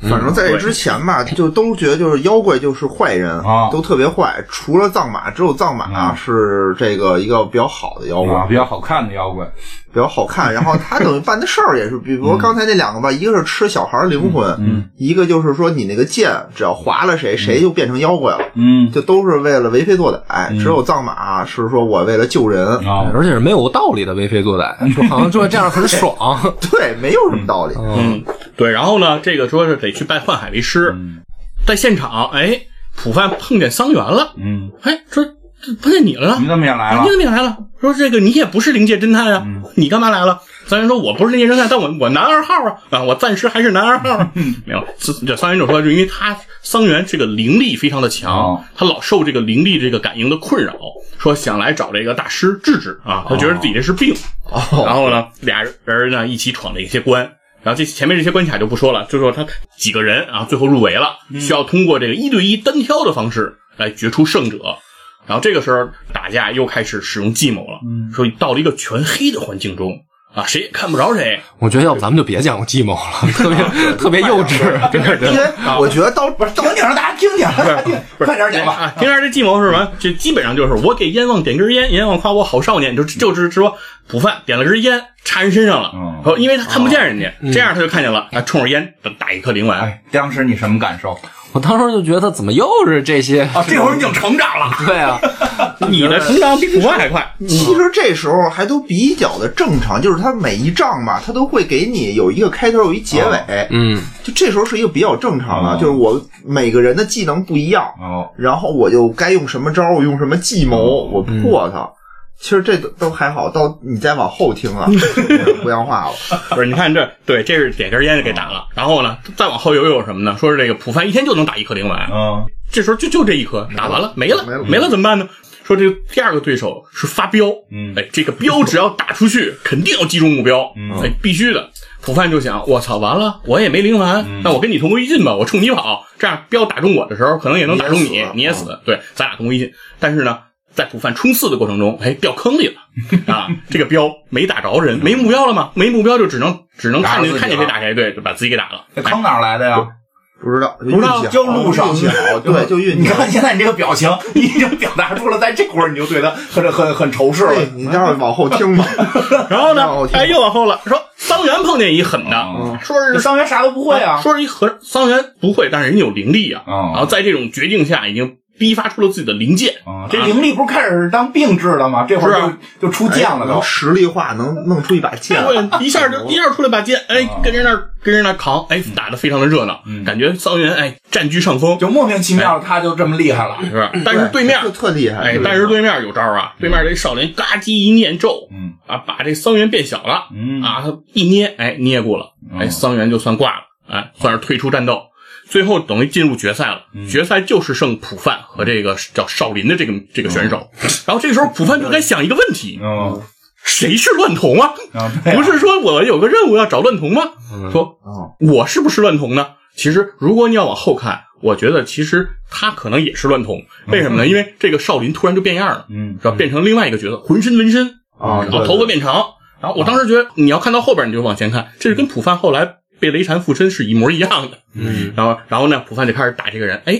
反正在这之前吧，就都觉得就是妖怪就是坏人啊都特别坏。除了藏马，只有藏马嗯是这个一个比较好的妖啊，怪，比较好看的妖怪，比较好看。然后他等于办的事儿也是，比如刚才那两个吧，一个是吃小孩灵魂，一个就是说你那个剑只要划了谁，谁就变成妖怪了。嗯，就都是为了为非作歹，哎只有藏马是说我为了救人，啊，而且是没有道理的为非作歹，说好像说这样很 爽。 嗯对，没有什么道理。嗯，对。然后呢，这个说是得去拜幻海为师，嗯在现场，哎，普范碰见桑园了，嗯，哎，说这碰见你了你呢，怎么也来了嗯你？怎么也来了？说这个你也不是灵界侦探啊，你干嘛来了？桑园说我不是灵界侦探，但我我男二号啊，啊，我暂时还是男二号、啊。嗯没有，这这桑园就说，就因为他桑园这个灵力非常的强，哦他老受这个灵力这个感应的困扰，说想来找这个大师治治啊，他觉得自己这是病。然后呢，俩人呢一起闯了一些关。然后这前面这些关卡就不说了，就说他几个人啊，最后入围了，需要通过这个一对一单挑的方式来决出胜者。然后这个时候打架又开始使用计谋了，说到了一个全黑的环境中啊，谁也看不着谁，我觉得要不咱们就别讲计谋了，特别特别幼稚。真因是为我觉得到不是停停，让大家听听，大家听快点讲吧。啊，听着这计谋是什么？就基本上就是我给阎王点根烟，阎王夸我好少年，就就是说普饭点了根烟插人身上了，嗯然后因为他看不见人家，这样他就看见了，啊，冲着烟打一颗灵丸，哎，当时你什么感受？ 我当时就觉得怎么又是这些？啊，这会儿你已经成长了。对啊，你的成长比普万还快。其实这时候还都比较的正常，就是他每一仗吧，他都会给你有一个开头，有一结尾， 嗯，就这时候是一个比较正常的，哦就是我每个人的技能不一样，哦，然后我就该用什么招，我用什么计谋，嗯我破他。其实这都都还好，到你再往后听啊，不像话了。 不是，你看这，对，这是点根烟就给打了。然后呢，再往后又有什么呢？说是这个普范一天就能打一颗灵丸，嗯，这时候就就这一颗打完了，没了，没了没了怎么办呢？说这个第二个对手是发镖，嗯哎，这个镖只要打出去，肯定要击中目标，嗯哎，必须的。普范就想，我操，完了，我也没灵丸，那我跟你同归于尽吧，我冲你跑，这样镖打中我的时候，可能也能打中你你也死，你也死，对，咱俩同归于尽。但是呢，在普范冲刺的过程中，哎，掉坑里了啊，这个镖没打着人，没目标了嘛，没目标就只能只能打看着见自己看见了哎谁打谁，对，就把自己给打了。哎这坑哪儿来的呀？不知道，不知道就路上运气好，对，就运你气 好。看现在你这个表情，你已经表达出了，在这会儿你就对他很很很仇视对了。哎你待会儿往后听吧。然后让我呢，听哎，又往后了，说桑园碰见一狠的，嗯说是这桑园啥都不会啊。说是一和桑园不会，但是人家有灵力啊。哦然后在这种绝境下，已经逼发出了自己的灵剑。嗯这灵力不是开始当病治了吗？这会是儿啊就就出剑了能都。哎实力化，能弄出一把剑。对，一下就一下出来把剑，哎，跟人那儿跟人那儿扛，哎，打得非常的热闹，感觉桑园哎占据上风，就莫名其妙的他就这么厉害了。是吧？但是对面就特厉害。哎，但是对面有招啊！对面这少年嘎叽一念咒，嗯啊，把这桑园变小了，嗯哦啊，他一捏，哎，捏过了，哎，桑园就算挂了，哎，算是退出战斗。最后等于进入决赛了，嗯决赛就是剩普范和这个叫少林的这个这个选手。然后这个时候普范就该想一个问题：嗯，谁是乱童啊？啊对啊 不是说我有个任务要找乱童吗？说哦我是不是乱童呢？其实如果你要往后看，我觉得其实他可能也是乱童。为什么呢？因为这个少林突然就变样了，嗯是吧？变成另外一个角色，浑身纹身，啊，然后头发变长。然后我当时觉得，你要看到后边，你就往前看，这是跟普范后来被雷禅附身是一模一样的。嗯，然后，然后呢，普范就开始打这个人，哎，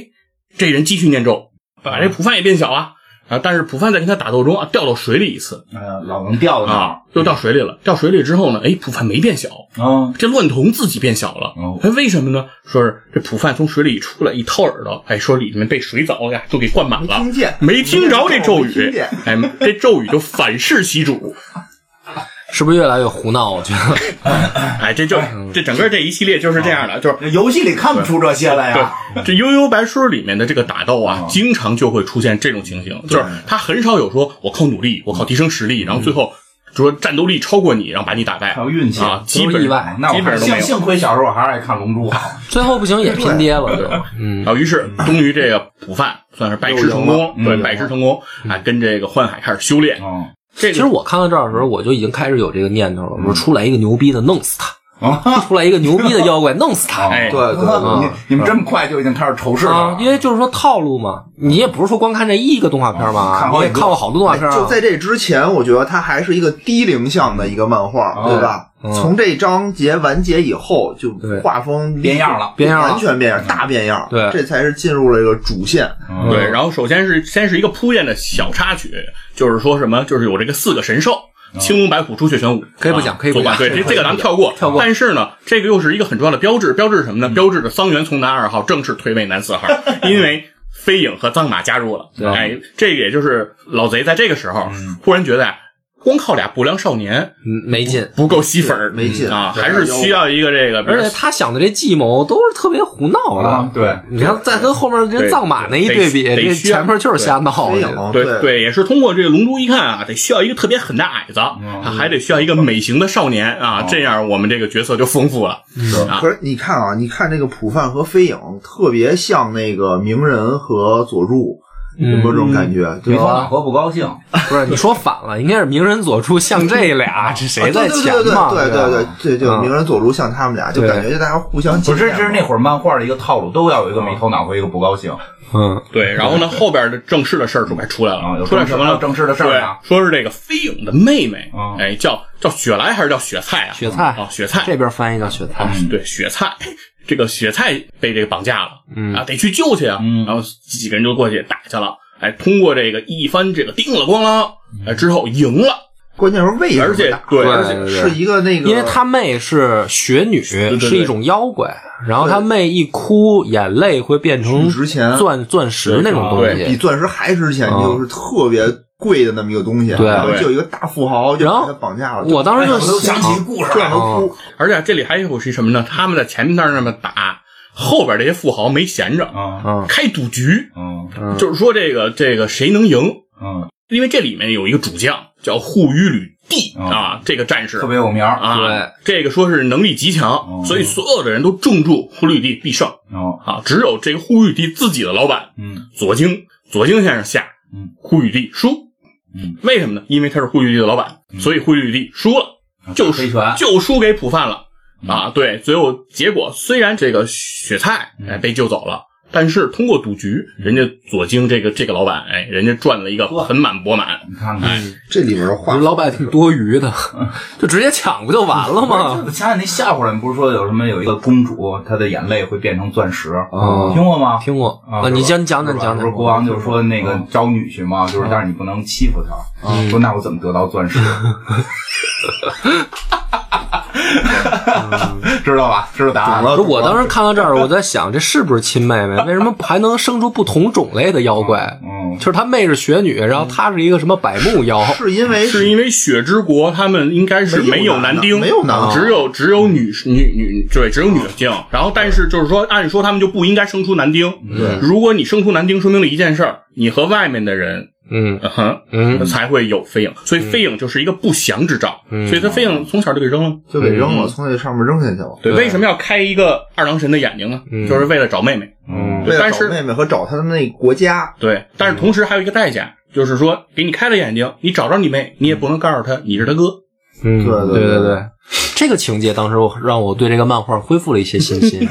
这人继续念咒，把这普范也变小啊。啊！但是普范在跟他打斗中啊，掉到水里一次呃，老能掉到那啊儿。，又掉水里了。掉水里之后呢，哎，普范没变小，嗯这乱童自己变小了哦，哎，为什么呢？说是这普范从水里出来一掏耳朵，哎，说里面被水藻呀都给灌满没了听，见，没听着这咒没听语见，哎，这咒语就反噬其主，是不是越来越胡闹？我觉得哎，这就这整个这一系列就是这样的，就是。这游戏里看不出这些来哎啊呀。对，这《悠悠白书》里面的这个打斗啊，经常就会出现这种情形，就是他很少有说我靠努力，我靠提升实力，然后最后就说战斗力超过你，然后把你打败还。有运气啊基本都是意外哎那我基本还上都没幸有幸亏小时候我还是爱看《龙珠》啊好，最后不行也拼爹了，就嗯然，后于是终于这个捕饭算是拜师成功，嗯对，拜师成功啊，跟这个幻海开始修炼。嗯，嗯这啊其实个我看到这儿的时候，我就已经开始有这个念头了，我说出来一个牛逼的，弄死他；啊，出来一个牛逼的妖怪，弄死他。 哎，对对对，你你们这么快就已经开始仇视啊了，因，为就是说套路嘛，你也不是说光看这一个动画片啊看嘛，你好几也个看过好多动画片啊。就在这之前，我觉得它还是一个低龄向的一个漫画，哦对吧？从这章节完结以后，就对画风变样了变样了完全变样，大变样。对这才是进入了一个主线。嗯对，然后首先是先是一个铺垫的小插曲，就是说什么，就是有这个四个神兽。青龙白虎朱雀玄武，啊可以不啊讲可以不走吧讲对，可以这不这个咱讲们跳过，跳过嗯但是呢，这个又是一个很重要的标志，标志是什么呢？标志着桑原从男二号正式退位 男四号，因为飞影和藏马加入了。啊哎，这个也就是老贼在这个时候忽然觉得啊，光靠俩不良少年嗯没劲，不够吸粉儿，没劲啊，对还是需要一个这个，比如而且他想的这计谋都是特别胡闹啊嗯的。对你看再跟后面这对藏马那一得对比，得这需要前面就是瞎闹飞的。影这哦对对也是通过这个《龙珠》一看啊，得需要一个特别狠的矮子，嗯啊还得需要一个美型的少年啊，这样我们这个角色就丰富了。啊可是你看啊，你看这个普范和飞影特别像那个鸣人和佐助，有没有这种感觉？对比方吧？老婆不高兴，不是你说反了，应该是鸣人佐助像这俩，这谁在前啊对对嘛？对对对吧对对，嗯鸣人佐助像他们俩，就对感觉大家互相不是，这这是那会儿漫画的一个套路，都要有一个没头脑和一个不高兴嗯，对，然后呢，后边的正式的事儿就该出来啊，了，有出来什么了？呢？正式的事儿对啊，，说是这个飞影的妹妹啊，哎，叫叫雪莱还是叫雪菜啊？雪菜啊，雪 菜这边翻译叫雪菜哎嗯啊，对，雪菜，这个雪菜被这个绑架了，啊，得去救去啊，嗯然后几个人就过去打去了，哎，通过这个一番这个叮了咣啷，嗯哎，之后赢了，关键是为什么而且打对，对而且对对是一个那个，因为她妹是雪女，对对是一种妖怪，然后她妹一哭，眼泪会变成巨值钱钻钻石那种东对比西。钻石还值钱，就是特别贵的那么一个东西。对然后对就有一个大富豪就然后把他绑架了。我当时哎就我都想想，起故事这样了，都哭，而且这里还有是什么呢？他们在前面那儿那么打，后边这些富豪没闲着，嗯嗯开赌局，嗯就是说这个这个谁能赢？嗯，因为这里面有一个主将叫护于吕帝嗯啊，这个战士特别有名儿，啊对，这个说是能力极强，嗯所以所有的人都重注护吕帝必胜嗯啊，只有这个护吕帝自己的老板嗯左京左京先生下嗯，护吕帝输嗯，为什么呢？因为他是护吕帝的老板，所以护吕帝输了。就黑嗯输拳，就输给普范了啊！对，最后结果虽然这个雪菜嗯哎被救走了，但是通过赌局，人家左京这个这个老板哎，人家赚了一个盆满钵满。哎你看看。这里边的我嗯话觉得老板挺多余的， 就直接抢不就完了吗？我想想那笑话，你不是说有什么有一个公主，她的眼泪会变成钻石，哦听过吗？听过啊，你是吧先讲讲讲是吧不是讲。国王就说那嗯个招女婿嘛，就是但是你不能欺负她，说那我怎么得到钻石？ 知道吧？知道答案嗯懂了不是我当时看到这儿，我在想，这是不是亲妹妹？ 为什么还能生出不同种类的妖怪？嗯就是她妹是雪女，然后她是一个什么百慕妖？是因为是因为雪之国他们应该是没有有男的丁，没有男的只有只有女女女对，只有女性。然后，但是就是说，按说他们就不应该生出男丁。嗯对，如果你生出男丁，说明了一件事儿，你和外面的人嗯嗯哼，嗯才会有飞影，所以飞影就是一个不祥之兆，嗯所以他飞影从小就给扔了。就给扔了，从那上面扔下去了。对，对为什么要开一个二郎神的眼睛呢？嗯就是为了找妹妹。嗯为对了但找是妹妹和找他的那国家，嗯对，但是同时还有一个代价，就是说给你开了眼睛，你找着你妹，你也不能告诉她你是她哥。嗯，对对对对对。这个情节当时我让我对这个漫画恢复了一些信 心。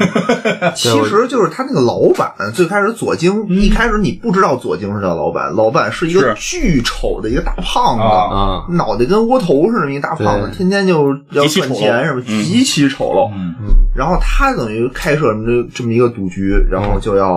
其实就是他那个老板。最开始左京，一开始你不知道左京是他老板，老板是一是个巨丑的一个大胖啊子，啊，脑袋跟窝头似的，一大胖子，对天天就要极其赚丑陋钱什么，嗯极其丑陋。嗯然后他等于开设这这么一个赌局，然后就要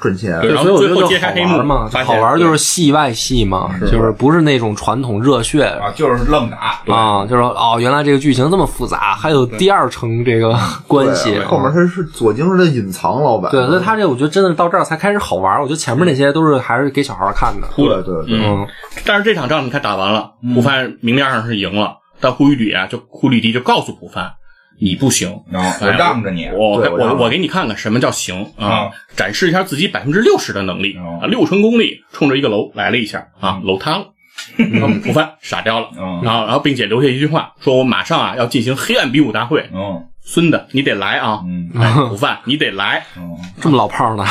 赚钱。对对，然所以后我觉最后得揭就开好黑幕玩嘛，发现好玩就是戏外戏嘛，就是不是那种传统热血啊，就是愣打，啊，就是说哦，原来这个剧情这么复杂，还有第二层这个啊关系。后面他是左京是他隐藏老板，对，所以他这我觉得真的到这儿才开始好玩。我觉得前面那些都是还是给小孩看的。对对对，嗯，但是这场仗你看打完了，嗯普范明面上是赢了，但呼吁吕啊，就呼吁迪就告诉普范，你不行。然后我哎让着你，我对我我让我给你看看什么叫行啊啊，展示一下自己百分之六十的能力哦啊，六成功力，冲着一个楼来了一下啊，嗯 楼塌了普范傻掉了，啊嗯然后然后并且留下一句话，说我马上啊要进行黑暗比武大会，嗯孙子你得来啊，嗯哎，普范你得来，嗯，这么老炮呢？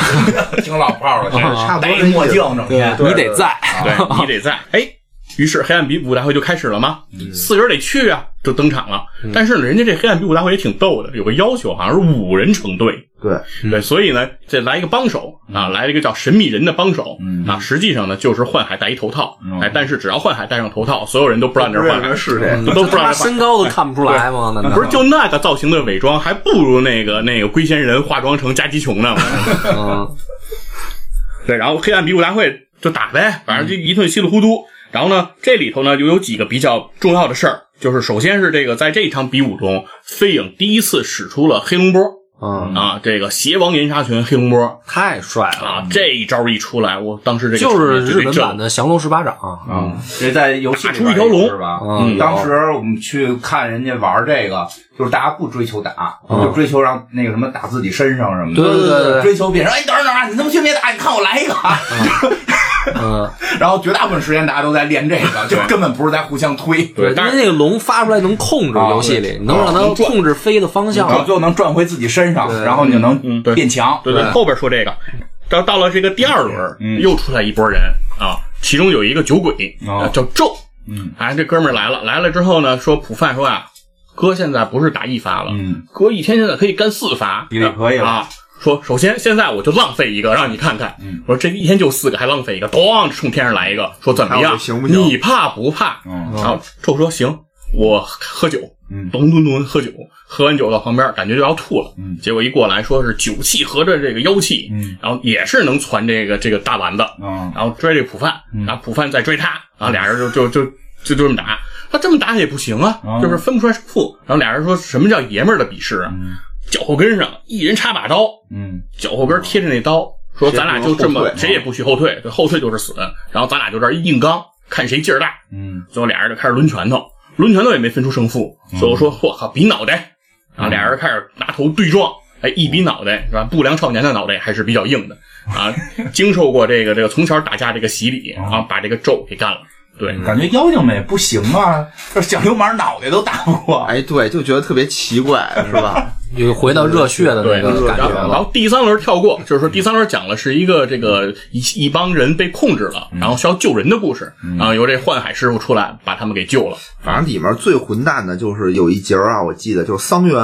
挺老炮儿的，这是 差不多戴一墨镜整天。你得在。啊对你得在，哎。于是黑暗比武大会就开始了吗？嗯四个人得去啊，就登场了。但是呢，人家这黑暗比武大会也挺逗的，有个要求，好像是五人成队。对，嗯对，所以呢，这来一个帮手啊，来了一个叫神秘人的帮手嗯啊，实际上呢就是幻海戴一头套嗯，哎，但是只要幻海戴上头套，所有人都不知道你是幻海人，是谁？ 都不知道他你是幻身嗯海。高都看不出来吗？难道不是就那个造型的伪装，还不如那个那个龟仙人化妆成加基琼呢。嗯对，然后黑暗比武大会就打呗，反正就嗯一顿稀里糊涂。然后呢，这里头呢又有几个比较重要的事儿，就是首先是这个在这一场比武中，飞影第一次使出了黑龙波嗯，啊，这个邪王岩沙拳黑龙波，太帅了，啊，这一招一出来，我当时这个啊就是日场面本绝对版的降龙十八掌。嗯，这在游戏里边打出一条龙也是吧？嗯当时我们去看人家玩这个，就是大家不追求打，就追求让那个什么打自己身上什么的。对对对对对追求别人。哎，你等会儿等会儿，你他妈先别打，你看我来一个 啊。嗯，然后绝大部分时间大家都在练这个，就根本不是在互相推。对因但为是那个龙发出来能控制啊游戏里，能让它能转控制飞的方向然。后最后能转回自己身上，然后你就能嗯对变强。对对，后边说这个，到到了这个第二轮，嗯又出来一波人啊，其中有一个酒鬼、哦啊叫咒，嗯，哎，这哥们儿来了，来了之后呢，说普范说啊，哥现在不是打一发了，嗯，哥一天现在可以干四发，比例可以了啊。说，首先现在我就浪费一个，让你看看。嗯我说这一天就四个，还浪费一个，咣冲天上来一个，说怎么看样？我行不行你怕不怕？嗯然后臭说行，我喝酒，嗯咚咚咚喝酒，喝完酒到旁边感觉就要吐了，嗯结果一过来说是酒气合着这个妖气，嗯然后也是能传这个这个大丸子，嗯然后追这普范，然后普范再追他，然后俩人就就就就就这么打，那这么打也不行啊，嗯就是分不出来胜负，然后俩人说什么叫爷们儿的比试啊，嗯脚后跟上一人插把刀，嗯脚后跟贴着那刀，说咱俩就这么谁也不许后退，对啊后退就是死，然后咱俩就这儿硬刚，看谁劲儿大，嗯最后俩人就开始抡拳头，抡拳头也没分出胜负，所以我说我靠比脑袋，然后俩人开始拿头对撞，哎一比脑袋是吧？不良少年的脑袋还是比较硬的啊，经受过这个这个从小打架这个洗礼，然后把这个咒给干了，对。感觉妖精们也不行啊，这小流氓脑袋都打不过。哎，对，就觉得特别奇怪，是吧？又回到热血的对，那个感然觉后然了。后第三轮跳过，就是说第三轮讲的是一个这个一一帮人被控制了，然后需要救人的故事，然后由这幻海师傅出来把他们给救了。反正里面最混蛋的就是有一节儿啊，我记得就是桑园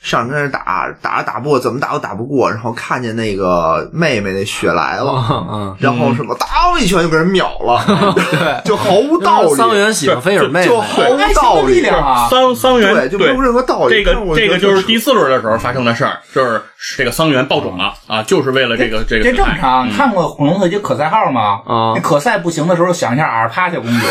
上跟那打，打着打不过，怎么打都打不过，然后看见那个妹妹那雪来了，嗯，然后什么当一拳就给人秒了，对，就毫无道理，桑园喜欢菲尔妹妹就，毫哎无什道么力理，量啊！桑桑园对，就没有任何道这理。个但是我觉这得个就是第四轮的时候发生的事儿，就是这个桑园爆种了啊，就是为了这个这个哎这正比赛常。你看过《恐龙特级可赛号》吗？啊那可赛不行的时候，想一下阿尔帕夏公主，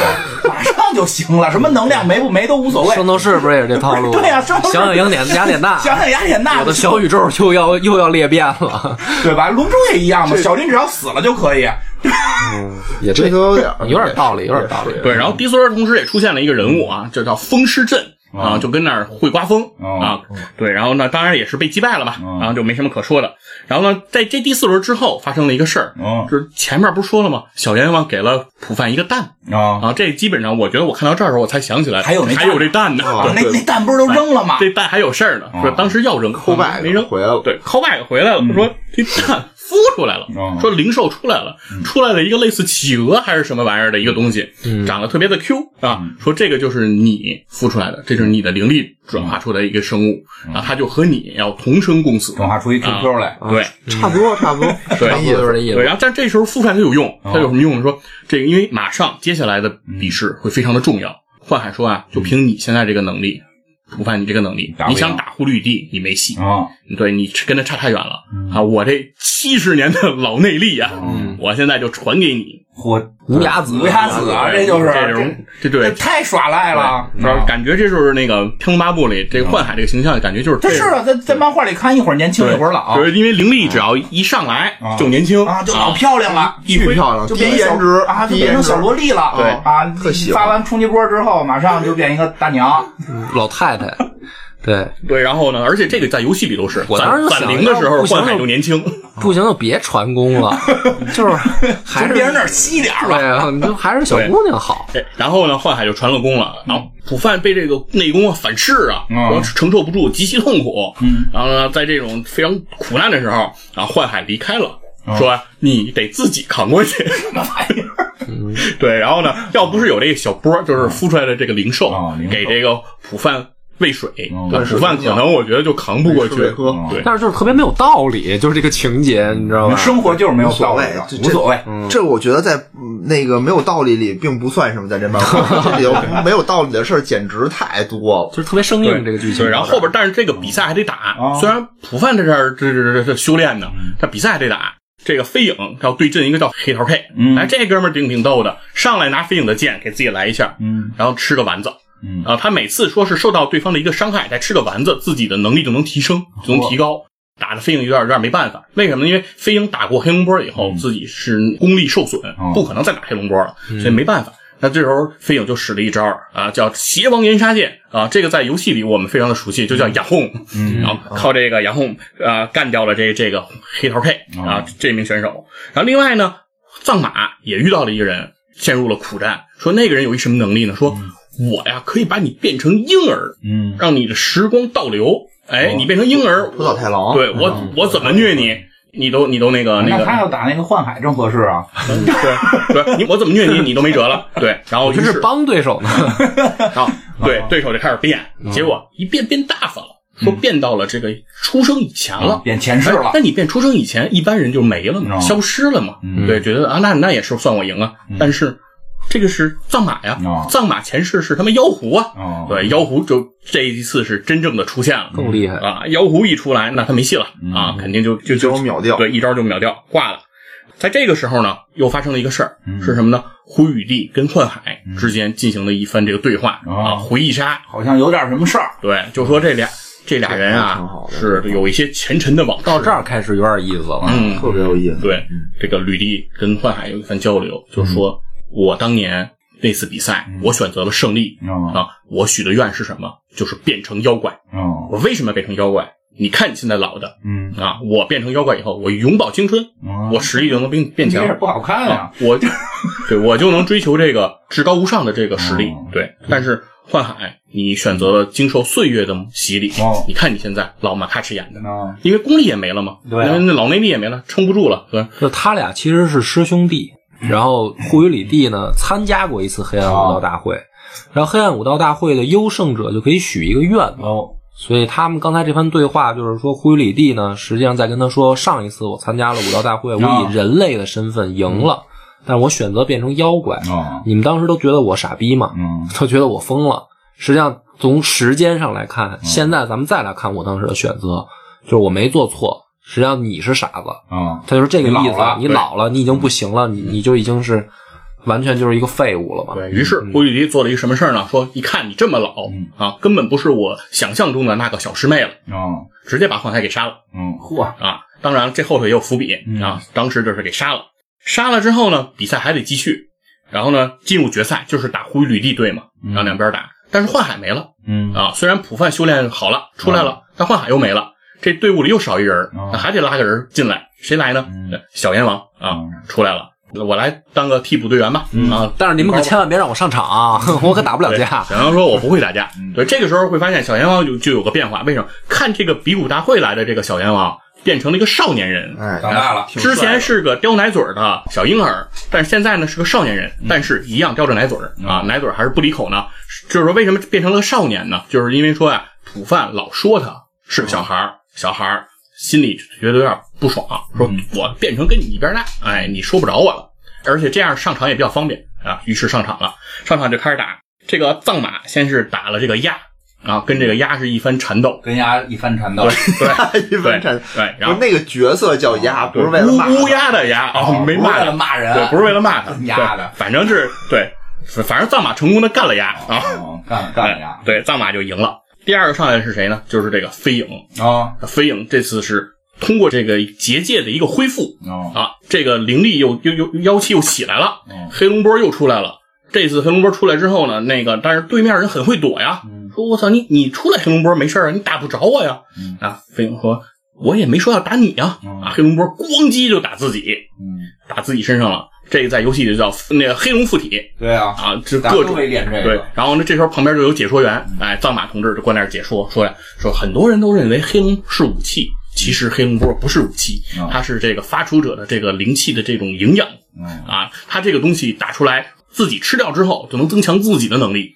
马上就行了。什么能量没不没都无所谓。圣斗士不是也是这套路？啊 对啊呀圣斗士想想雅典雅典娜， 想想雅典娜我的小宇宙又要又要裂变了，对吧？龙珠也一样嘛，小林只要死了就可以。也这对，都有点有点道理，有点道理。对，然后第四轮同时也出现了一个人物啊，就叫风湿阵。啊，就跟那儿会刮风哦啊，对，然后呢，当然也是被击败了吧，嗯然后就没什么可说的。然后呢，在这第四轮之后发生了一个事儿，嗯就是前面不是说了吗？小阎王给了普范一个蛋啊，啊，这基本上我觉得我看到这儿的时候我才想起来，还有那还蛋哦有这蛋呢，对啊那那蛋不是都扔了吗？这蛋还有事儿呢，说当时要扔，扣外没扔回来了对，扣外回来了，说这蛋孵出来了哦，说灵兽出来了，出来了一个类似企鹅还是什么玩意儿的一个东西，长得特别的 Q 啊，说这个就是你孵出来的，这就是你的灵力转化出来的一个生物，然后它就和你要同生共死，转化出一 QQ 来，对。差不多，差不多，对差不差不多多就是这意对，思。然后但这时候孵出来它有用，它有什么用呢？说这个，因为马上接下来的比试会非常的重要。幻海说啊，就凭你现在这个能力，不怕你这个能力打，不你赢想打呼绿地，你没戏。啊，对你跟他差太远了、啊！我这七十年的老内力啊，嗯我现在就传给你。火无崖子无崖子啊，对这就是这种，这对这，啊太耍赖了。然后感觉这就是那个《天龙八部》里这个幻海这个形象，感觉就是这是种啊，在在漫画里看一会儿年轻一会儿老就是因为灵力只要一上来啊就年轻啊，就老漂亮了，巨漂亮，就低变一小颜值啊，就低变颜成值小。萝莉了。对啊，特喜欢 发完冲击波之后，马上就变一个大娘。老太太，对，对，然后呢，而且这个在游戏里都是，我当时就攒攒想零的时要候，不行幻海就就年轻，不行就别传功了，就是还从是别人那儿吸 点儿吧。对啊，你就还是小姑娘好。哎，然后呢，幻海就传了功了，然后普范被这个内功啊反噬啊，嗯然后承受不住，极其痛苦。嗯，然后呢，在这种非常苦难的时候，然后幻海离开了。嗯说你得自己扛过去， 对，然后呢，要不是有这个小波儿，就是孵出来的这个灵兽嗯啊灵兽给这个普范喂水，嗯对喂水普范可能我觉得就扛不过去，喂水喝对，但是就是特别没有道理，就是这个情节，你知道吧？生活就是没有道理的，无所谓这无所谓。这我觉得在嗯那个没有道理里并不算什么，在这漫 画这里有没有道理的事儿简直太多了。就是特别生硬这个剧情。对，然后后边但是这个比赛还得打，啊虽然普范在这儿这这这这修炼呢，但比赛还得打。这个飞影要对阵一个叫黑桃 K，嗯哎，这哥们儿挺挺逗的，上来拿飞影的剑给自己来一下，嗯然后吃个丸子，嗯啊，他每次说是受到对方的一个伤害，再吃个丸子，自己的能力就能提升，就能提高。打的飞影有点有点没办法，为什么呢？因为飞影打过黑龙波以后，自己是功力受损，不可能再打黑龙波了，所以没办法。那这时候飞影就使了一招啊，叫邪王岩杀剑啊，这个在游戏里我们非常的熟悉，就叫雅轰，然后靠这个雅轰啊干掉了这这个黑桃 K 啊这名选手。然后另外呢，藏马也遇到了一个人，陷入了苦战，说那个人有一什么能力呢？说我呀可以把你变成婴儿，嗯，让你的时光倒流。哎，你变成婴儿，不老太郎，对我我怎么虐你，你都你都那个那那个，他要打那个幻海正合适啊。对对，你我怎么虐你，你都没辙了。对，然后我于这是是帮对手 呢，啊，对对手就开始变，结果一变变大发了，说变到了这个出生以前了。嗯变前世哎了那。你变出生以前，一般人就没了嘛，哦消失了嘛。嗯对，觉得啊，那那也是算我赢啊。嗯但是这个是藏马呀，哦藏马前世是他妈妖狐啊。哦嗯对，妖狐就这一次是真正的出现了。更厉害。啊，妖狐一出来，那他没戏了啊，肯定就就嗯一招就秒掉对，一招就秒掉，挂了。在这个时候呢，又发生了一个事儿，嗯是什么呢？胡雨帝跟幻海之间进行了一番这个对话、哦啊，回忆杀，好像有点什么事儿。对，就说这俩这俩人挺啊好，的是有一些前尘的往事到这儿开始有点意思了。嗯，特别有意思。对，嗯这个吕帝跟幻海有一番交流，就说我当年那次比赛，嗯我选择了胜利哦啊，我许的愿是什么？就是变成妖怪。嗯我为什么变成妖怪？你看你现在老的嗯，啊，我变成妖怪以后，我永葆青春，哦我实力就能变变这强啊事。不啊好看呀。我就对我就能追求这个至高无上的这个实力哦。对，但是幻海，你选择了经受岁月的洗礼哦，你看你现在老马卡什演的，啊，因为功力也没了嘛，对啊因为那老内力也没了，撑不住了，对吧，就他俩其实是师兄弟，然后护与里帝呢参加过一次黑暗武道大哦会，然后黑暗武道大会的优胜者就可以许一个愿嘛。哦，所以他们刚才这番对话，就是说呼与里帝呢，实际上在跟他说，上一次我参加了武道大会，我哦以人类的身份赢了，嗯但我选择变成妖怪。哦，你们当时都觉得我傻逼嘛，嗯，都觉得我疯了。实际上从时间上来看，现在咱们再来看我当时的选择，就是我没做错。实际上你是傻子，啊，他就是这个你老意思了。你老了，你已经不行了，你你就已经是完全就是一个废物了嘛。对于嗯是胡雨迪做了一个什么事儿呢？说一看你这么老啊，根本不是我想象中的那个小师妹了，哦，直接把幻海给杀了。嗯，嚯，啊，当然这后头也有伏笔嗯啊，当时就是给杀了。杀了之后呢，比赛还得继续，然后呢进入决赛就是打呼与吕帝队嘛，然后两边打，但是幻海没了嗯，啊，虽然普范修炼好了出来了，但幻海又没了。这队伍里又少一人，哦那还得拉个人进来，谁来呢？嗯小阎王啊嗯，出来了，我来当个替补队员吧。啊，但是你们可千万别让我上场啊， 我可打不了对架。小阎王说：“我不会打架。嗯对，这个时候会发现小阎王就就有个变化，为什么？看这个比武大会来的这个小阎王变成了一个少年人，哎，长大了。挺帅之的前是个叼奶嘴儿的小婴儿，但是现在呢是个少年嗯人，但是一样叼着奶嘴儿啊，奶嘴儿还是不离口呢。就是说，为什么变成了个少年呢？就是因为说啊，普范老说他是个小孩哦儿，小孩儿心里觉得有点不爽，嗯说我变成跟你一边大，哎，你说不着我了。而且这样上场也比较方便啊，于是上场了，上场就开始打。这个藏马先是打了这个鸭啊，跟这个鸭是一番缠斗，跟丫一番缠斗，对哦 一对分产，对，然后啊不是那个角色叫鸭，不是为了骂乌乌鸦的鸦哦，没骂啊不是为他了骂人对，不是为了骂他，鸦的对反正是对，反反正藏马成功的干了鸦啊，哦干干了哎呀！ 对，藏马就赢了。第二个上来的是谁呢？就是这个飞影，啊，飞影这次是通过这个结界的一个恢复哦，啊，这个灵力又又又妖气又起来了，嗯黑龙波又出来了。这次黑龙波出来之后呢，那个但是对面人很会躲呀，说我操你你出来黑龙波没事儿啊，你打不着我呀。嗯啊，飞勇说我也没说要打你呀、嗯啊，黑龙波咣叽就打自己，嗯，打自己身上了。这个在游戏里就叫那个黑龙附体对啊，啊，就咱各都种得练这对个，，然后呢，这时候旁边就有解说员，哎，藏马同志就过来那儿解说，说呀，说很多人都认为黑龙是武器，其实黑龙波不是武器嗯，它是这个发出者的这个灵气的这种营养嗯，啊，它这个东西打出来，自己吃掉之后就能增强自己的能力，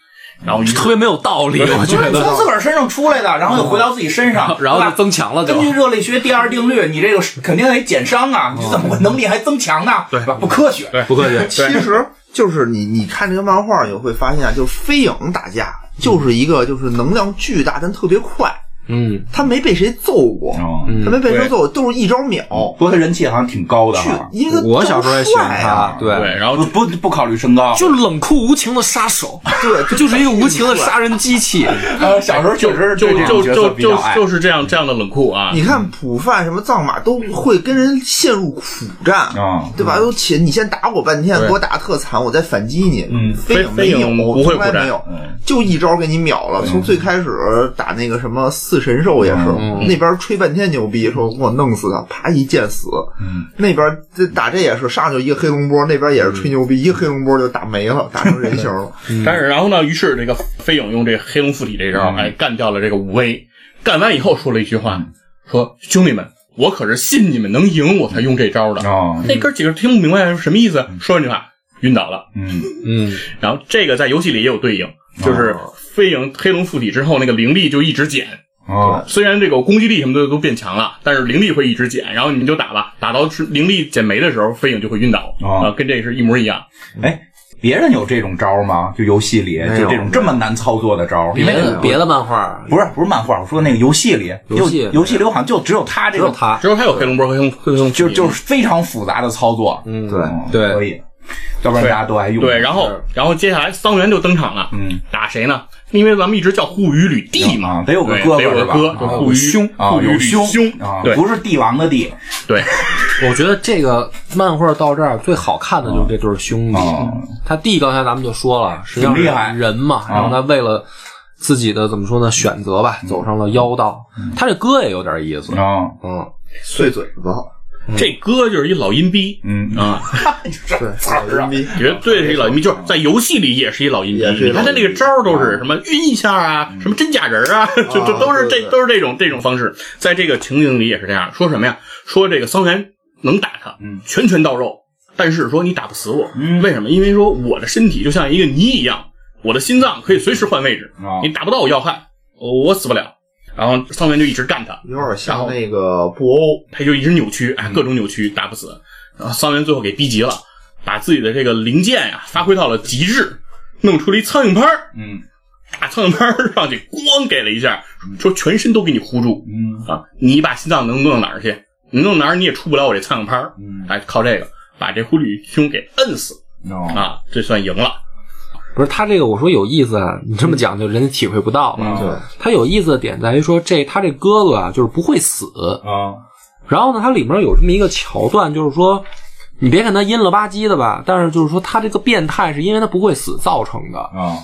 然后于是特别没有道理，我觉就是从得。自个儿身上出来的，然后又回到自己身上，然后对就吧增强了，就根据热力学第二定律，你这个是肯定得减伤啊，你怎么会能力还增强呢？对吧？不科学。对不客气。其实就是你你看这个漫画，你会发现啊，就是飞影打架就是一嗯个就是能量巨大，但特别快，嗯，他没被谁揍过，哦，他没被谁嗯对嗯揍，都是一招秒。不过他人气好像挺高的去哈，，因为他我小时候也喜欢哎高帅啊他，对，对，然后不就不不考虑身高。就冷酷无情的杀手，对，这就是一个无情的杀人机器。呃，小时候确实是就对这种就角色就比较就爱。就是这样这样的冷酷啊，你看普范什么藏马都会跟人陷入苦战，啊对吧？都且你先打我半天，对给我打得特惨，我再反击你。嗯飞影飞没有影不会从来苦战没有嗯，就一招给你秒了。从最开始打那个什么四神兽也是，那边吹半天牛逼，说给我弄死他，啪一剑死。嗯那边这打这也是上去一个黑龙波，那边也是吹牛逼，一个黑龙波就打没了，打成人形了。但是然后呢，于是这个飞影用这黑龙附体这招，嗯哎，干掉了这个武威。干完以后说了一句话，说兄弟们，我可是信你们能赢，我才用这招的。哦，那哥几个听不明白是什么意思，说完这话晕倒了。嗯哦嗯，然后这个在游戏里也有对应，就是飞影黑龙附体之后，那个灵力就一直减。哦，虽然这个攻击力什么的都变强了，但是灵力会一直减。然后你们就打吧，打到是灵力减没的时候，飞影就会晕倒哦啊，跟这个是一模一样。哎。别人有这种招吗？就游戏里没有就这种这么难操作的招，因别为的别的漫画不是不是漫画，我说那个游戏里，游戏就游戏里我好像就只有他只这有种，他，只有他有黑龙波和黑龙黑龙附体，就就是非常复杂的操作，嗯，对对可以，要不然大家都爱用，对，然后然后接下来桑园就登场了，嗯，打谁呢？因为咱们一直叫护羽吕地嘛，啊得有个对哥哥得有是个吧哥，啊就护羽胸啊，护羽有吕胸兄啊，对不是帝王的帝对，我觉得这个漫画到这儿最好看的就是这对兄弟嗯哦。他弟刚才咱们就说了，实际上挺厉害嗯是人嘛，然后他为了自己的怎么说呢选择吧，走上了妖道。嗯他这哥也有点意思，啊，嗯，碎嘴子，这哥就是一老阴逼嗯啊，对，操人民币绝对是一老阴逼，就是在游戏里也是一老阴也是逼。一你看他老那阴逼个招儿都是什么晕一下啊，什么真假人啊，就就都是对这对都是这种这种方式，在这个情景里也是这样。说什么呀？说这个桑园能打他，嗯拳拳到肉，但是说你打不死我，嗯为什么？因为说我的身体就像一个泥一样，我的心脏可以随时换位置，啊你打不到我要害，我我死不了。然后桑园就一直干他，有点像那个布欧，他就一直扭曲，哎，各种扭曲，打不死。然后桑园最后给逼急了，把自己的这个零件呀、发挥到了极致，弄出了一苍蝇拍儿，嗯打苍蝇拍儿上去，咣给了一下，说全身都给你糊住嗯啊！你把心脏能弄哪儿去？你弄哪儿你也出不了我这苍蝇拍儿，嗯，哎，靠这个把这狐狸兄给摁死哦，啊，这算赢了。不是他这个我说有意思，啊，你这么讲就人家体会不到嘛。嗯对他有意思的点在于说，这他这哥哥啊，就是不会死。啊，然后呢，它里面有这么一个桥段，就是说，你别看他阴了吧唧的吧，但是就是说他这个变态是因为他不会死造成的，啊，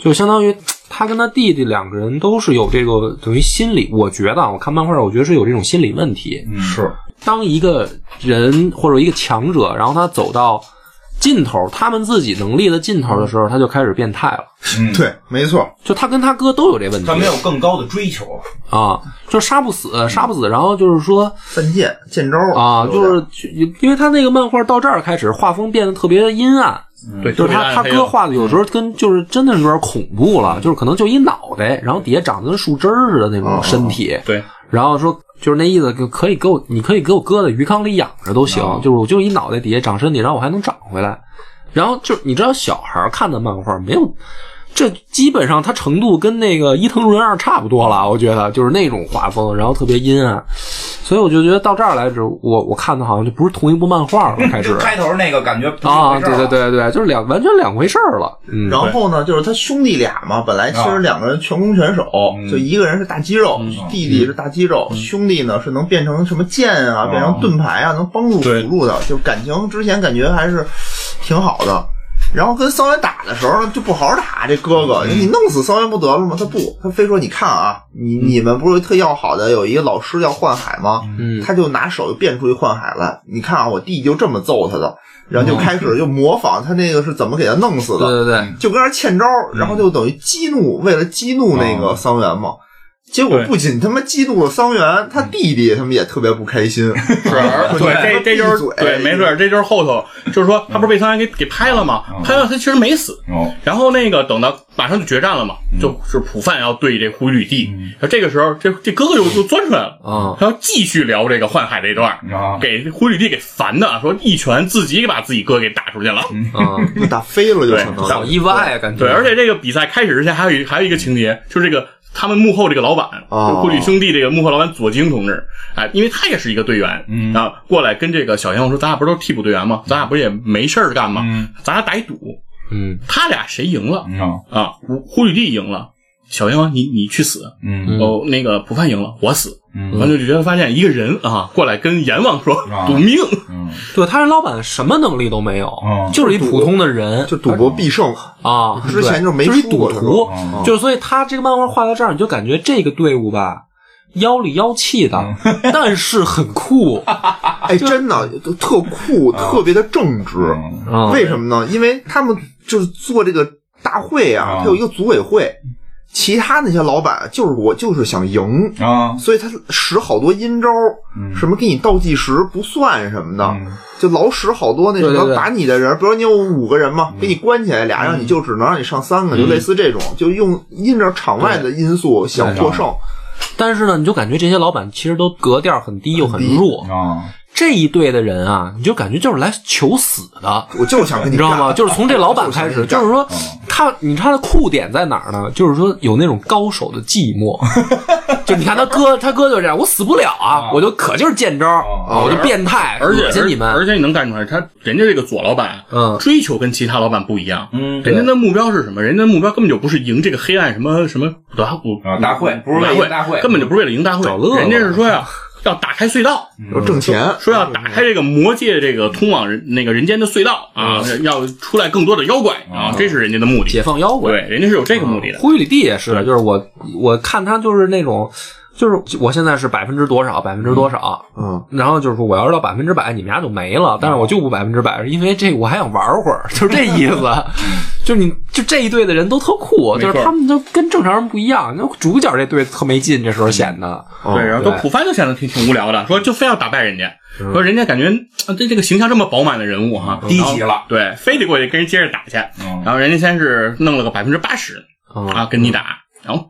就相当于他跟他弟弟两个人都是有这个等于心理，我觉得啊，我看漫画我觉得是有这种心理问题。是，当一个人或者一个强者，然后他走到尽头，他们自己能力的尽头的时候，他就开始变态了。嗯，对，没错，就他跟他哥都有这问题他没有更高的追求，啊，就杀不死，杀不死，然后就是说。犯贱见招儿啊，有就点是去因为他那个漫画到这儿开始，画风变得特别阴暗，嗯对，就是特别他他暗黑哥了画的有时候跟就是真的是有点恐怖了，就是可能就一脑袋，然后底下长得跟树枝儿似的那种身体，对，然后说就是那意思，可可以给我，你可以给我搁在鱼缸里养着都行，就是我就一脑袋底下长身体，然后我还能长回来。然后就是你知道小孩看的漫画没有，这基本上它程度跟那个伊藤润二差不多了，我觉得就是那种画风，然后特别阴暗，所以我就觉得到这儿来之后，我我看的好像就不是同一部漫画了，开始就开头那个感觉不是啊，一回事哦 对儿对，对对，就是两完全两回事儿了，嗯，然后呢，就是他兄弟俩嘛，本来其实两个人全攻全手，嗯就一个人是大肌肉，弟弟是大肌肉，兄弟呢是能变成什么剑啊，变成盾牌啊，能帮助辅对助的，就感情之前感觉还是挺好的。然后跟桑园打的时候呢，就不好好打这哥哥，你弄死桑园不得了吗？他不，他非说你看啊，你你们不是特要好的有一个老师叫幻海吗？嗯他就拿手就变出一幻海来，你看啊，我弟就这么揍他的，然后就开始就模仿他那个是怎么给他弄死对 的，对对，就跟那儿欠招，然后就等于激怒，为了激怒那个桑园嘛。结果对不仅他妈激怒了桑园，他弟弟他们也特别不开心。是，啊 对，这这就是对，没错，这就是后头，就是说他不是被桑园给给拍了吗？拍了他其实没死，哦，然后那个等到马上就决战了嘛，就是普范要对这胡吕帝，然后这个时候这这哥哥又又钻出来了，啊，然后继续聊这个幻海这段，啊，给胡吕帝给烦的，啊说一拳自己把自己哥给打出去了。嗯，就打飞了就成 对好了。意外啊，感觉。对，而且这个比赛开始之前还有一还有一个情节，就是这个他们幕后这个老板，哦就汇率兄弟这个幕后老板左京同志，哎，因为他也是一个队员，嗯啊，过来跟这个小鲜肉说，咱俩不是都是替补队员吗？咱俩不是也没事儿干吗？嗯咱俩打一赌，嗯他俩谁赢了、嗯啊？胡胡雨帝赢了。小阎王，你你去死！嗯哦，那个普范赢了，我死。嗯完了就觉得发现一个人啊，过来跟阎王说啊赌命，嗯，对，他是老板，什么能力都没有嗯，就是一普通的人就赌博必胜，啊。之前就对没就是一输过赌是吧徒嗯，就是所以他这个漫画画到这儿，你就感觉这个队伍吧，妖里妖气的，嗯但是很 酷哎，真的都特酷，特别的正直。嗯啊。为什么呢？因为他们就是做这个大会啊，啊他有一个组委会，其他那些老板就是我就是想赢，啊，所以他使好多阴招，嗯什么给你倒计时不算什么的，嗯就老使好多那什对对么对把你的人，比如你有五个人嘛，给你关起来俩，让你就只能让你上三个，就类似这种，就用因着场外的因素想获胜。但是呢，你就感觉这些老板其实都格调很低又很弱。嗯啊，这一队的人啊，你就感觉就是来求死 的，我就是想跟你你知道干吗？就是从这老板开始，就是说他，你看他的酷点在哪儿呢？就是说有那种高手的寂寞，就你看他哥，他哥就这样，我死不了啊，我就可劲儿见招儿，啊哦我就变态，而且恶心你们，而且你能看出来，他人家这个左老板，嗯追求跟其他老板不一样，嗯人家的目标是什么？人家的目标根本就不是赢这个黑暗什么什么大不啊大会不是为大了赢会大会根本就不是为了赢大会找乐，人家是说 呀。要打开隧道，要挣钱。说要打开这个魔界这个通往人那个人间的隧道啊，要出来更多的妖怪啊，这是人家的目嗯解的。放妖怪。对，人家是有这个目的的。呼吁里地也是，就是我我看他就是那种，就是我现在是百分之多少，百分之多少，嗯，然后就是说我要是到百分之百，你们俩就没了，但是我就不百分之百，因为这我还想玩会儿， 就是这意思。就是你就这一队的人都特酷，没就错是他们都跟正常人不一样。那主角这队特没劲，这时候显得哦嗯对，然后说对普番就显得挺挺无聊的，说就非要打败人家，说人家感觉啊这这个形象这么饱满的人物哈，低级了然后对，非得过去跟人接着打去，嗯然后人家先是弄了个百分之八十啊啊，跟你打，然后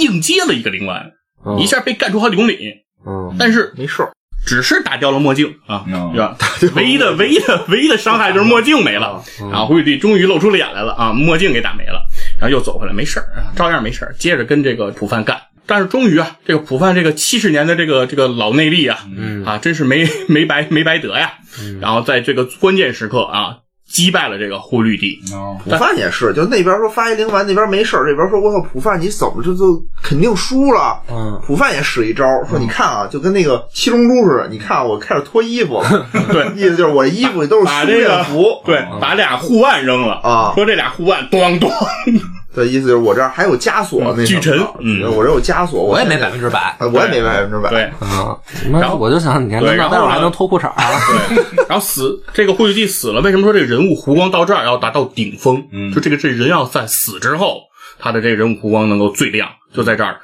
硬接了一个零丸，嗯一下被干出好几公里，嗯，但是没事儿，只是打掉了墨镜啊，嗯对吧？唯一的唯一的唯一的伤害就是墨镜没了，然后胡雨帝终于露出脸来了啊，墨镜给打没了，然后又走回来，没事儿，啊照样没事儿，接着跟这个普范干。但是终于啊，这个普范这个七十年的这个这个老内力啊，啊，真是没没白没白得呀。然后在这个关键时刻啊，击败了这个忽律帝。嗯普范也是，就那边说发一零完，那边没事儿，这边说我操普范你怎么这就肯定输了？嗯，普范也使一招，说你看啊，就跟那个七龙珠似的，你看啊我开始脱衣服了，对意思就是我这衣服都是把输这个练服，对，把俩护腕扔了啊说这俩护腕咣咣，对，意思就是我这儿还有枷锁嗯那什么巨沉的嗯我这有枷锁，我也现没在百分之百。啊我也没百分之百，对，嗯，然后我就想，你看，对那然后待会儿呢还能脱裤衩儿，啊对，然后死这个霍雨帝死了，为什么说这个人物弧光到这儿要达到顶峰？嗯就这个这人要在死之后，他的这个人物弧光能够最亮，就在这儿，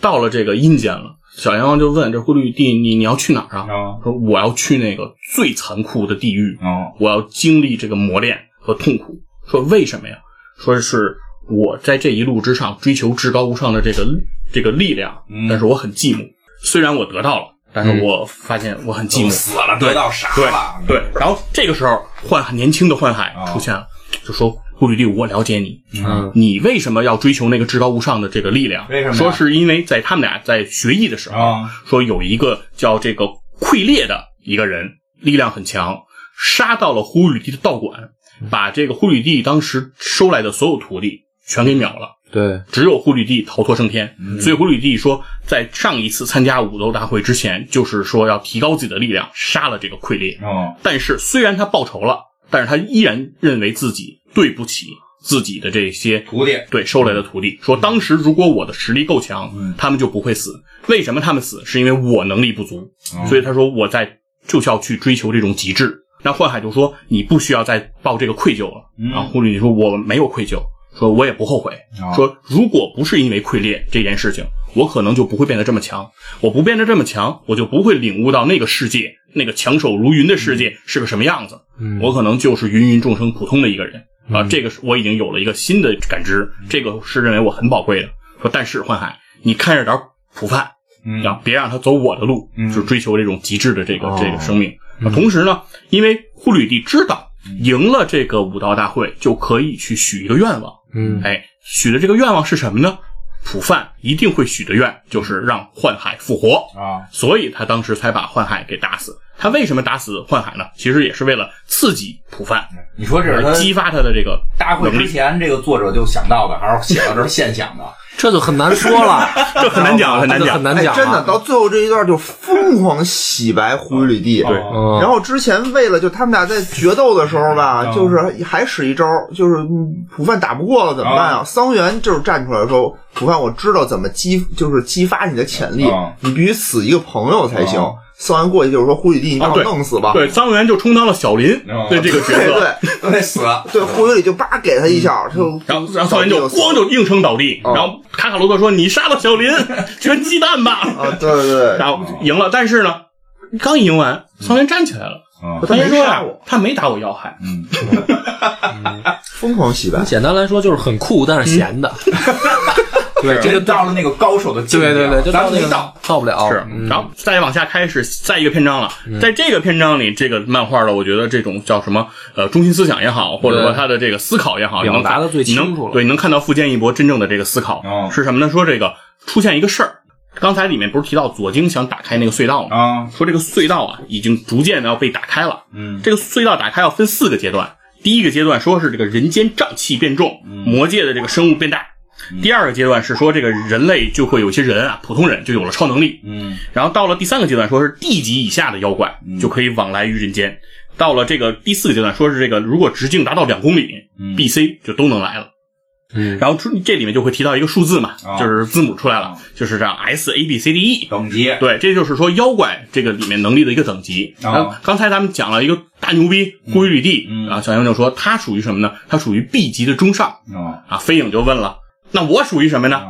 到了这个阴间了。小阎王就问这霍雨帝，你你要去哪儿啊？啊说我要去那个最残酷的地狱，嗯我要经历这个磨练和痛苦。说为什么呀？说是我在这一路之上追求至高无上的这个这个力量，嗯但是我很寂寞。虽然我得到了，但是我发现我很寂寞。死了，得到啥对了？对，然后这个时候，幻年轻的幻海哦出现了，就说：“护吕帝，我了解你，嗯你为什么要追求那个至高无上的这个力量？为什么呀说是因为在他们俩在学艺的时候，啊说有一个叫这个溃裂的一个人，力量很强，杀到了呼吕帝的道馆，嗯把这个呼吕帝当时收来的所有徒弟全给秒了。对，只有胡吕帝逃脱升天。嗯所以胡吕帝说，在上一次参加武斗大会之前，就是说要提高自己的力量，杀了这个溃裂。嗯但是虽然他报仇了，但是他依然认为自己对不起自己的这些徒弟，对收来的徒弟，说当时如果我的实力够强，他们就不会死。为什么他们死？是因为我能力不足，所以他说我在就是要去追求这种极致。那幻海就说你不需要再抱这个愧疚了。啊然后护理说我没有愧疚，说我也不后悔，哦说如果不是因为溃裂这件事情，我可能就不会变得这么强。我不变得这么强，我就不会领悟到那个世界，那个强手如云的世界是个什么样子。嗯我可能就是芸芸众生普通的一个人啊，嗯这个是我已经有了一个新的感知，这个是认为我很宝贵的。说，但是幻海，你看着点儿普范，嗯啊，别让他走我的路，嗯就是追求这种极致的这个、哦这个生命。啊同时呢，因为护吕帝知道嗯赢了这个武道大会，就可以去许一个愿望。嗯哎，许的这个愿望是什么呢？普范一定会许的愿就是让幻海复活。啊，所以他当时才把幻海给打死。他为什么打死幻海呢？其实也是为了刺激普范，你说这是他激发他的这个大会能之力。前这个作者就想到的，还是写到这儿现想的？这就很难说了，这很难讲，很难这就讲很。难讲啊了，哎，真的，到最后这一段就疯狂洗白胡吕帝。对嗯然后之前为了就他们俩在决斗的时候吧，嗯就是还使一招，就是嗯普范打不过了怎么嗯办啊？桑园就是站出来说，普范我知道怎么激，就是激发你的潜力嗯，你必须死一个朋友才行嗯。桑园过去就是说胡吕帝，你把啊我对弄死吧。哦对，桑园就充当了小林嗯对这个角对色，对都得死，对，胡吕帝就叭给他一下，就嗯然后然后桑园就就死了咣就应声倒地，哦然后卡卡罗特说：“你杀了小 林，全鸡蛋吧。啊，对对”对，然后赢了，但是呢，刚赢完，桑园站起来了。嗯他桑没园说杀呀我，他没打我要害，疯狂洗白。简单来说就是很酷，但是闲的。对，这就到了那个高手的境界对了，对对，就咱们那没个到，到不了。是嗯，然后再往下开始再一个篇章了，在这个篇章里，这个漫画的，我觉得这种叫什么呃中心思想也好，或者说他的这个思考也好，表你能看达得最清楚了你能对，你能看到富坚义博真正的这个思考、哦是什么呢？说这个出现一个事儿，刚才里面不是提到左京想打开那个隧道吗？哦啊，说这个隧道啊，已经逐渐的要被打开了。嗯，这个隧道打开要分四个阶段，第一个阶段说是这个人间瘴气变重，嗯魔界的这个生物变大。第二个阶段是说这个人类就会有些人啊，普通人就有了超能力。嗯，然后到了第三个阶段，说是地级以下的妖怪就可以往来于人间。到了这个第四个阶段，说是这个如果直径达到两公里嗯，B、C 就都能来了。嗯，然后出这里面就会提到一个数字嘛啊，就是字母出来了，就是这样 S A B C D E。等级，对，这就是说妖怪这个里面能力的一个等级。啊刚刚才咱们讲了一个大牛逼孤与吕地嗯啊，小英就说他属于什么呢？他属于 B 级的中上啊啊。飞影就问了，那我属于什么呢啊？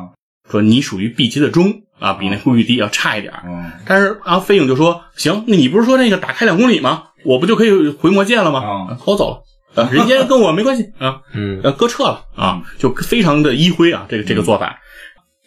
说你属于 B 级的中啊，比那孤与吕地要差一点儿。嗯但是啊，飞影就说行，那你不是说那个打开两公里吗？我不就可以回魔界了吗？啊我走了。啊，人间跟我没关系啊，嗯呃，搁撤了啊，就非常的一辉啊，这个这个做法。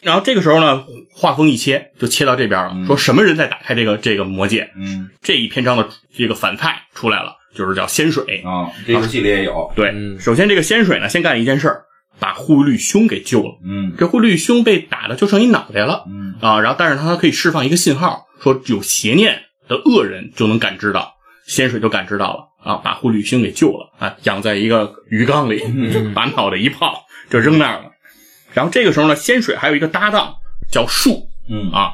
然后这个时候呢，画风一切，就切到这边了，说什么人在打开这个这个魔戒？嗯这一篇章的这个反派出来了，就是叫仙水。啊，这游戏里也有，对，嗯首先这个仙水呢，先干了一件事儿，把护律兄给救了。嗯这护律兄被打的就剩一脑袋了嗯啊，然后但是他可以释放一个信号，说有邪念的恶人就能感知到，仙水就感知到了啊，把护律兄给救了啊，养在一个鱼缸里， 把脑袋一泡就扔那儿了。然后这个时候呢，仙水还有一个搭档叫树，嗯啊，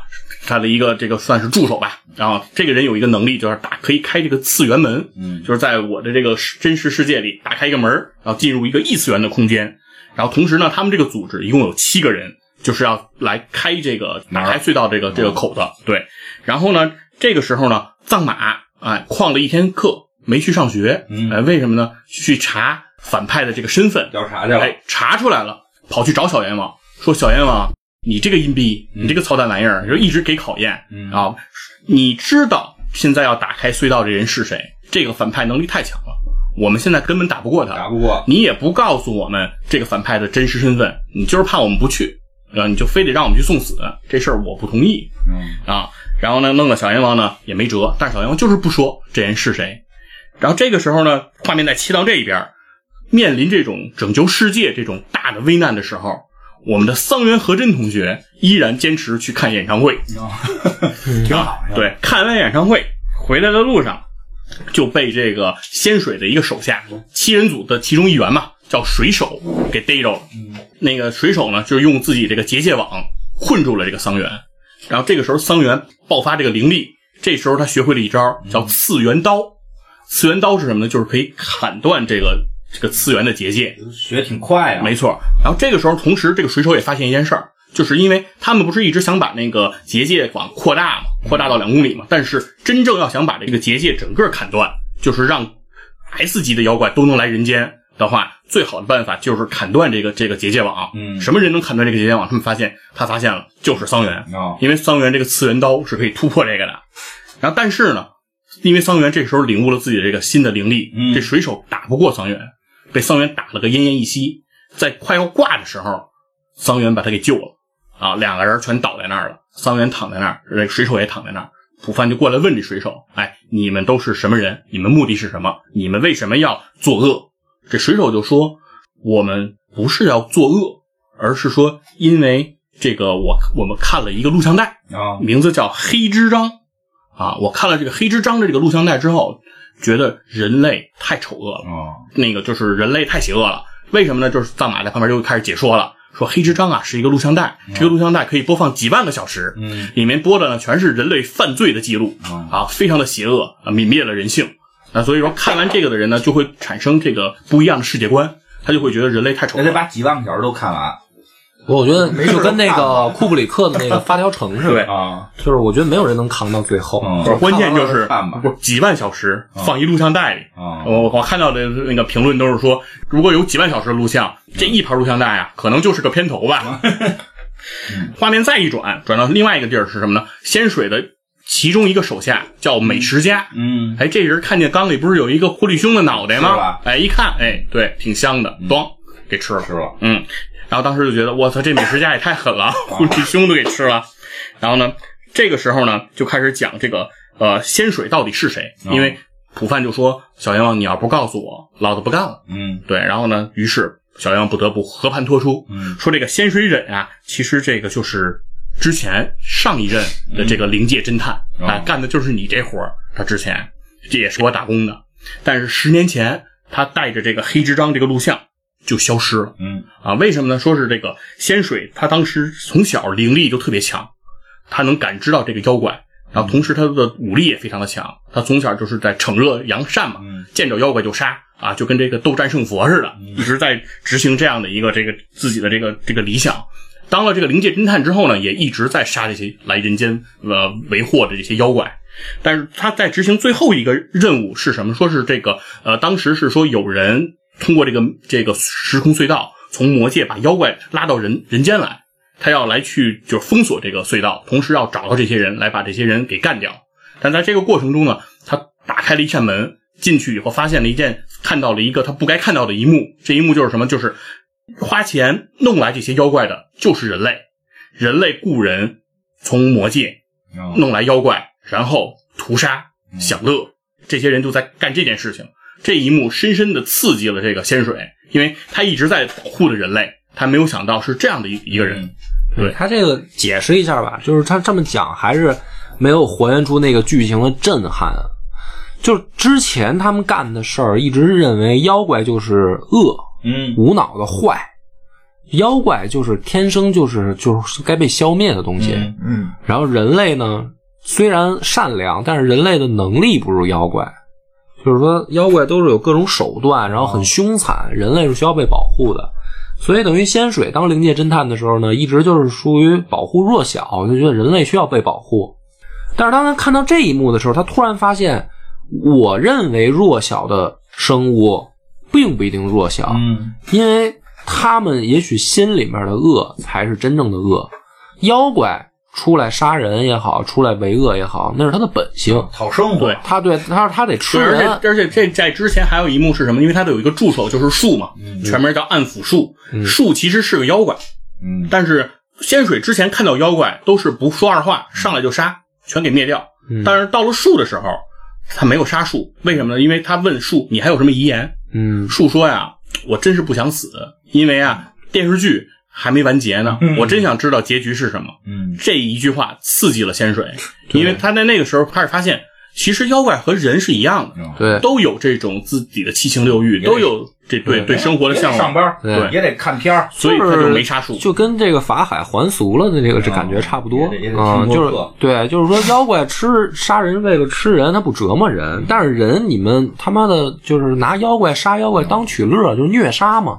他的一个这个算是助手吧。然后这个人有一个能力，就是打可以开这个次元门，嗯就是在我的这个世真实世界里打开一个门儿，然后进入一个异次元的空间。然后同时呢，他们这个组织一共有七个人，就是要来开这个打开隧道这嗯个这个口子。对，然后呢，这个时候呢，藏马哎旷了一天课没去上学，嗯哎为什么呢？去查反派的这个身份，调查去了，哎，查出来了，跑去找小阎王，说小阎王，你这个阴逼，你这个操蛋玩意儿，就一直给考验、嗯啊！你知道现在要打开隧道这人是谁？这个反派能力太强了，我们现在根本打不过他。打不过，你也不告诉我们这个反派的真实身份，你就是怕我们不去，啊，你就非得让我们去送死，这事儿我不同意嗯啊。然后呢，弄了小阎王呢也没辙，但是小阎王就是不说这人是谁。然后这个时候呢，画面再切到这一边儿，面临这种拯救世界这种大的危难的时候，我们的桑原和真同学依然坚持去看演唱会，哦啊 挺好，对，看完演唱会回来的路上，就被这个仙水的一个手下七人组的其中一员嘛，叫水手给逮着了。嗯那个水手呢，就是用自己这个结界网困住了这个桑园。然后这个时候桑园爆发这个灵力，这时候他学会了一招叫次元刀。次元刀是什么呢？就是可以砍断这个这个次元的结界。学挺快啊，没错。然后这个时候，同时这个水手也发现一件事儿，就是因为他们不是一直想把那个结界往扩大嘛，扩大到两公里嘛，但是真正要想把这个结界整个砍断，就是让 S 级的妖怪都能来人间的话，最好的办法就是砍断这个这个结界网。嗯什么人能砍断这个结界网？他们发现，他发现了，就是桑园。哦因为桑园这个次元刀是可以突破这个的。然后，但是呢，因为桑园这时候领悟了自己的这个新的灵力，嗯这水手打不过桑园，被桑园打了个奄奄一息。在快要挂的时候，桑园把他给救了啊，两个人全倒在那儿了。桑园躺在那儿，这个水手也躺在那儿。普范就过来问这水手：“哎，你们都是什么人？你们目的是什么？你们为什么要作恶？”这水手就说：“我们不是要作恶，而是说因为这个我我们看了一个录像带，啊，名字叫《黑之章》啊。我看了这个《黑之章》的这个录像带之后，觉得人类太丑恶了，哦，那个就是人类太邪恶了。为什么呢？就是藏马在旁边就开始解说了，说《黑之章》啊是一个录像带，这个录像带可以播放几万个小时，嗯，里面播的呢全是人类犯罪的记录嗯啊，非常的邪恶啊，泯灭了人性啊。所以说，看完这个的人呢，就会产生这个不一样的世界观。他就会觉得人类太丑那恶得了，把几万个小时都看完我觉得事就跟那个库布里克的那个《发条城》似的，啊，就是我觉得没有人能扛到最后。嗯，关键哎就是看吧不是几万小时放一录像带里。啊，我我看到的那个评论都是说，如果有几万小时的录像，这一盘录像带啊，可能就是个片 头吧。画面再一转，转到另外一个地儿是什么呢？仙水的其中一个手下叫美食家。嗯，哎，这人看见缸里不是有一个狐狸兄的脑袋是吗吧？哎，一看，哎，对，挺香的，咣、给吃了。吃了，嗯，然后当时就觉得，我操，这美食家也太狠 了，狐狸兄都给吃了。然后呢，这个时候呢，就开始讲这个呃仙水到底是谁，哦因为普范就说小阎王你要不告诉我，老子不干了。嗯对，然后呢，于是小阎王不得不和盘托出，嗯说这个仙水忍啊，其实这个就是之前上一任的这个灵界侦探、嗯啊哦，干的就是你这活儿。他之前这也是我打工的，但是十年前他带着这个黑之章这个录像就消失了。嗯，啊，为什么呢？说是这个仙水，他当时从小灵力就特别强，他能感知到这个妖怪，然后同时他的武力也非常的强，他从小就是在惩恶扬善嘛嗯，见着妖怪就杀啊，就跟这个斗战胜佛似的，一直在执行这样的一个这个自己的这个这个理想。当了这个灵界侦探之后呢，也一直在杀这些来人间呃为祸的这些妖怪。但是他在执行最后一个任务是什么？说是这个呃，当时是说有人通过这个这个时空隧道，从魔界把妖怪拉到人人间来，他要来去就是封锁这个隧道，同时要找到这些人来把这些人给干掉。但在这个过程中呢，他打开了一扇门，进去以后发现了一件，看到了一个他不该看到的一幕。这一幕就是什么？就是花钱弄来这些妖怪的，就是人类。人类雇人从魔界嗯弄来妖怪，然后屠杀享乐，这些人就在干这件事情。这一幕深深的刺激了这个仙水，因为他一直在保护着人类，他没有想到是这样的一一个嗯人。对他这个解释一下吧，就是他这么讲还是没有还原出那个剧情的震撼。就是之前他们干的事儿，一直认为妖怪就是恶，嗯无脑的坏，妖怪就是天生就是就是该被消灭的东西。嗯嗯，然后人类呢，虽然善良，但是人类的能力不如妖怪。就是说，妖怪都是有各种手段，然后很凶残，人类是需要被保护的。所以等于仙水当灵界侦探的时候呢，一直就是属于保护弱小，就觉得人类需要被保护。但是当他看到这一幕的时候，他突然发现，我认为弱小的生物并不一定弱小，嗯因为他们也许心里面的恶才是真正的恶。妖怪出来杀人也好，出来为恶也好，那是他的本性。讨生活啊对，他对他他得吃对，而且人，而且这在之前还有一幕是什么？因为他的有一个助手就是树嘛，全名叫暗腐树。树其实是个妖怪，嗯但是仙水之前看到妖怪都是不说二话，上来就杀，全给灭掉。但是到了树的时候，他没有杀树，为什么呢？因为他问树：“你还有什么遗言？”嗯，树说呀，我真是不想死，因为啊，电视剧还没完结呢，我真想知道结局是什么。嗯这一句话刺激了仙水，因为他在那个时候开始发现，其实妖怪和人是一样的，嗯对，都有这种自己的七情六欲，有都有这对对生活的也向得上往，班，对也得看片儿，所以他就没啥数。就跟这个法海还俗了的这个这嗯感觉差不多也得也得啊、听过就是课对，就是说妖怪吃杀人为了吃人，他不折磨人，但是人你们他妈的就是拿妖怪杀妖怪当取乐，就是虐杀嘛。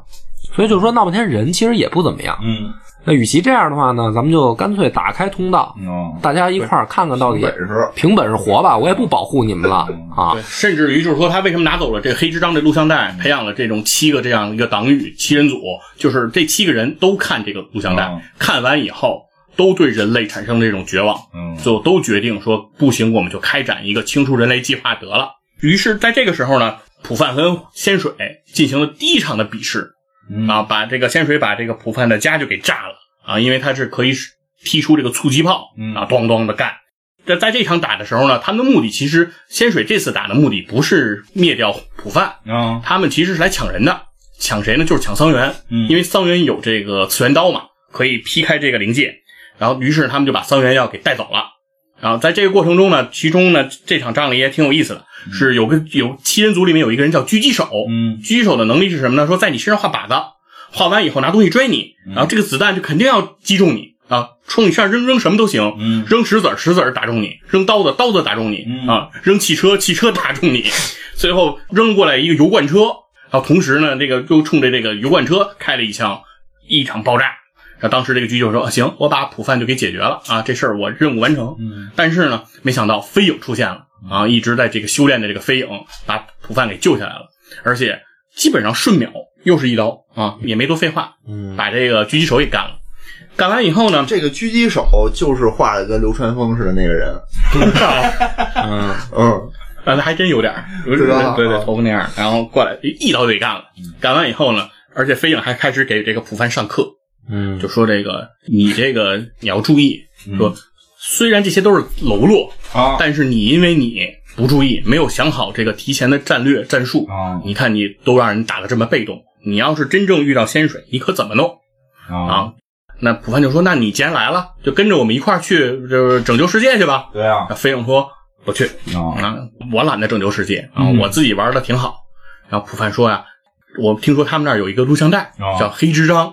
所以就是说闹半天人其实也不怎么样。嗯，那与其这样的话呢，咱们就干脆打开通道，哦，大家一块儿看看到底本事。凭本事活吧，我也不保护你们了啊对，。甚至于就是说，他为什么拿走了这黑之章这录像带，培养了这种七个这样一个党羽七人组，就是这七个人都看这个录像带，嗯看完以后都对人类产生这种绝望，嗯最后都决定说不行，我们就开展一个清除人类计划得了。于是，在这个时候呢，普范跟仙水进行了第一场的比试，嗯啊，把这个仙水把这个普范的家就给炸了啊，因为他是可以使踢出这个促击炮嗯啊，咣咣的干。在在这场打的时候呢，他们的目的其实仙水这次打的目的不是灭掉普范，啊，他们其实是来抢人的，抢谁呢？就是抢桑园，嗯因为桑园有这个次元刀嘛，可以劈开这个灵界。然后，于是他们就把桑园药给带走了。然后在这个过程中呢，其中呢这场仗里也挺有意思的，是有个有七人组里面有一个人叫狙击手，嗯狙击手的能力是什么呢？说在你身上画靶子，画完以后拿东西追你，然后这个子弹就肯定要击中你啊，冲你身上扔扔什么都行，嗯扔石子儿石子儿打中你，扔刀子刀子打中你、嗯啊，扔汽车汽车打中你，最后扔过来一个油罐车，然后同时呢，这个又冲着这个油罐车开了一枪，一场爆炸。然后当时这个狙击手说：“啊行，我把普范就给解决了啊，这事儿我任务完成。”嗯但是呢，没想到飞影出现了啊，一直在这个修炼的这个飞影把普范给救下来了，而且基本上瞬秒又是一刀啊，也没多废话，嗯，把这个狙击手给干了。干完以后呢，这个狙击手就是画的跟流川枫似的那个人，嗯，嗯，啊，那还真有 点儿，有对吧对对啊，头发那样儿，然后过来一刀就给干了。嗯干完以后呢，而且飞影还开始给这个普范上课，嗯，就说这个你这个你要注意，说虽然这些都是喽啰，嗯啊，但是你因为你不注意，没有想好这个提前的战略战术，啊你看你都让人打得这么被动，你要是真正遇到仙水，你可怎么弄啊，啊？那普范就说：“那你既然来了，就跟着我们一块儿去，就是拯救世界去吧。对啊”那，飞影说：“不去啊，啊，我懒得拯救世界啊，嗯我自己玩的挺好。”然后普范说：“呀，我听说他们那儿有一个录像带哦叫《黑之章》，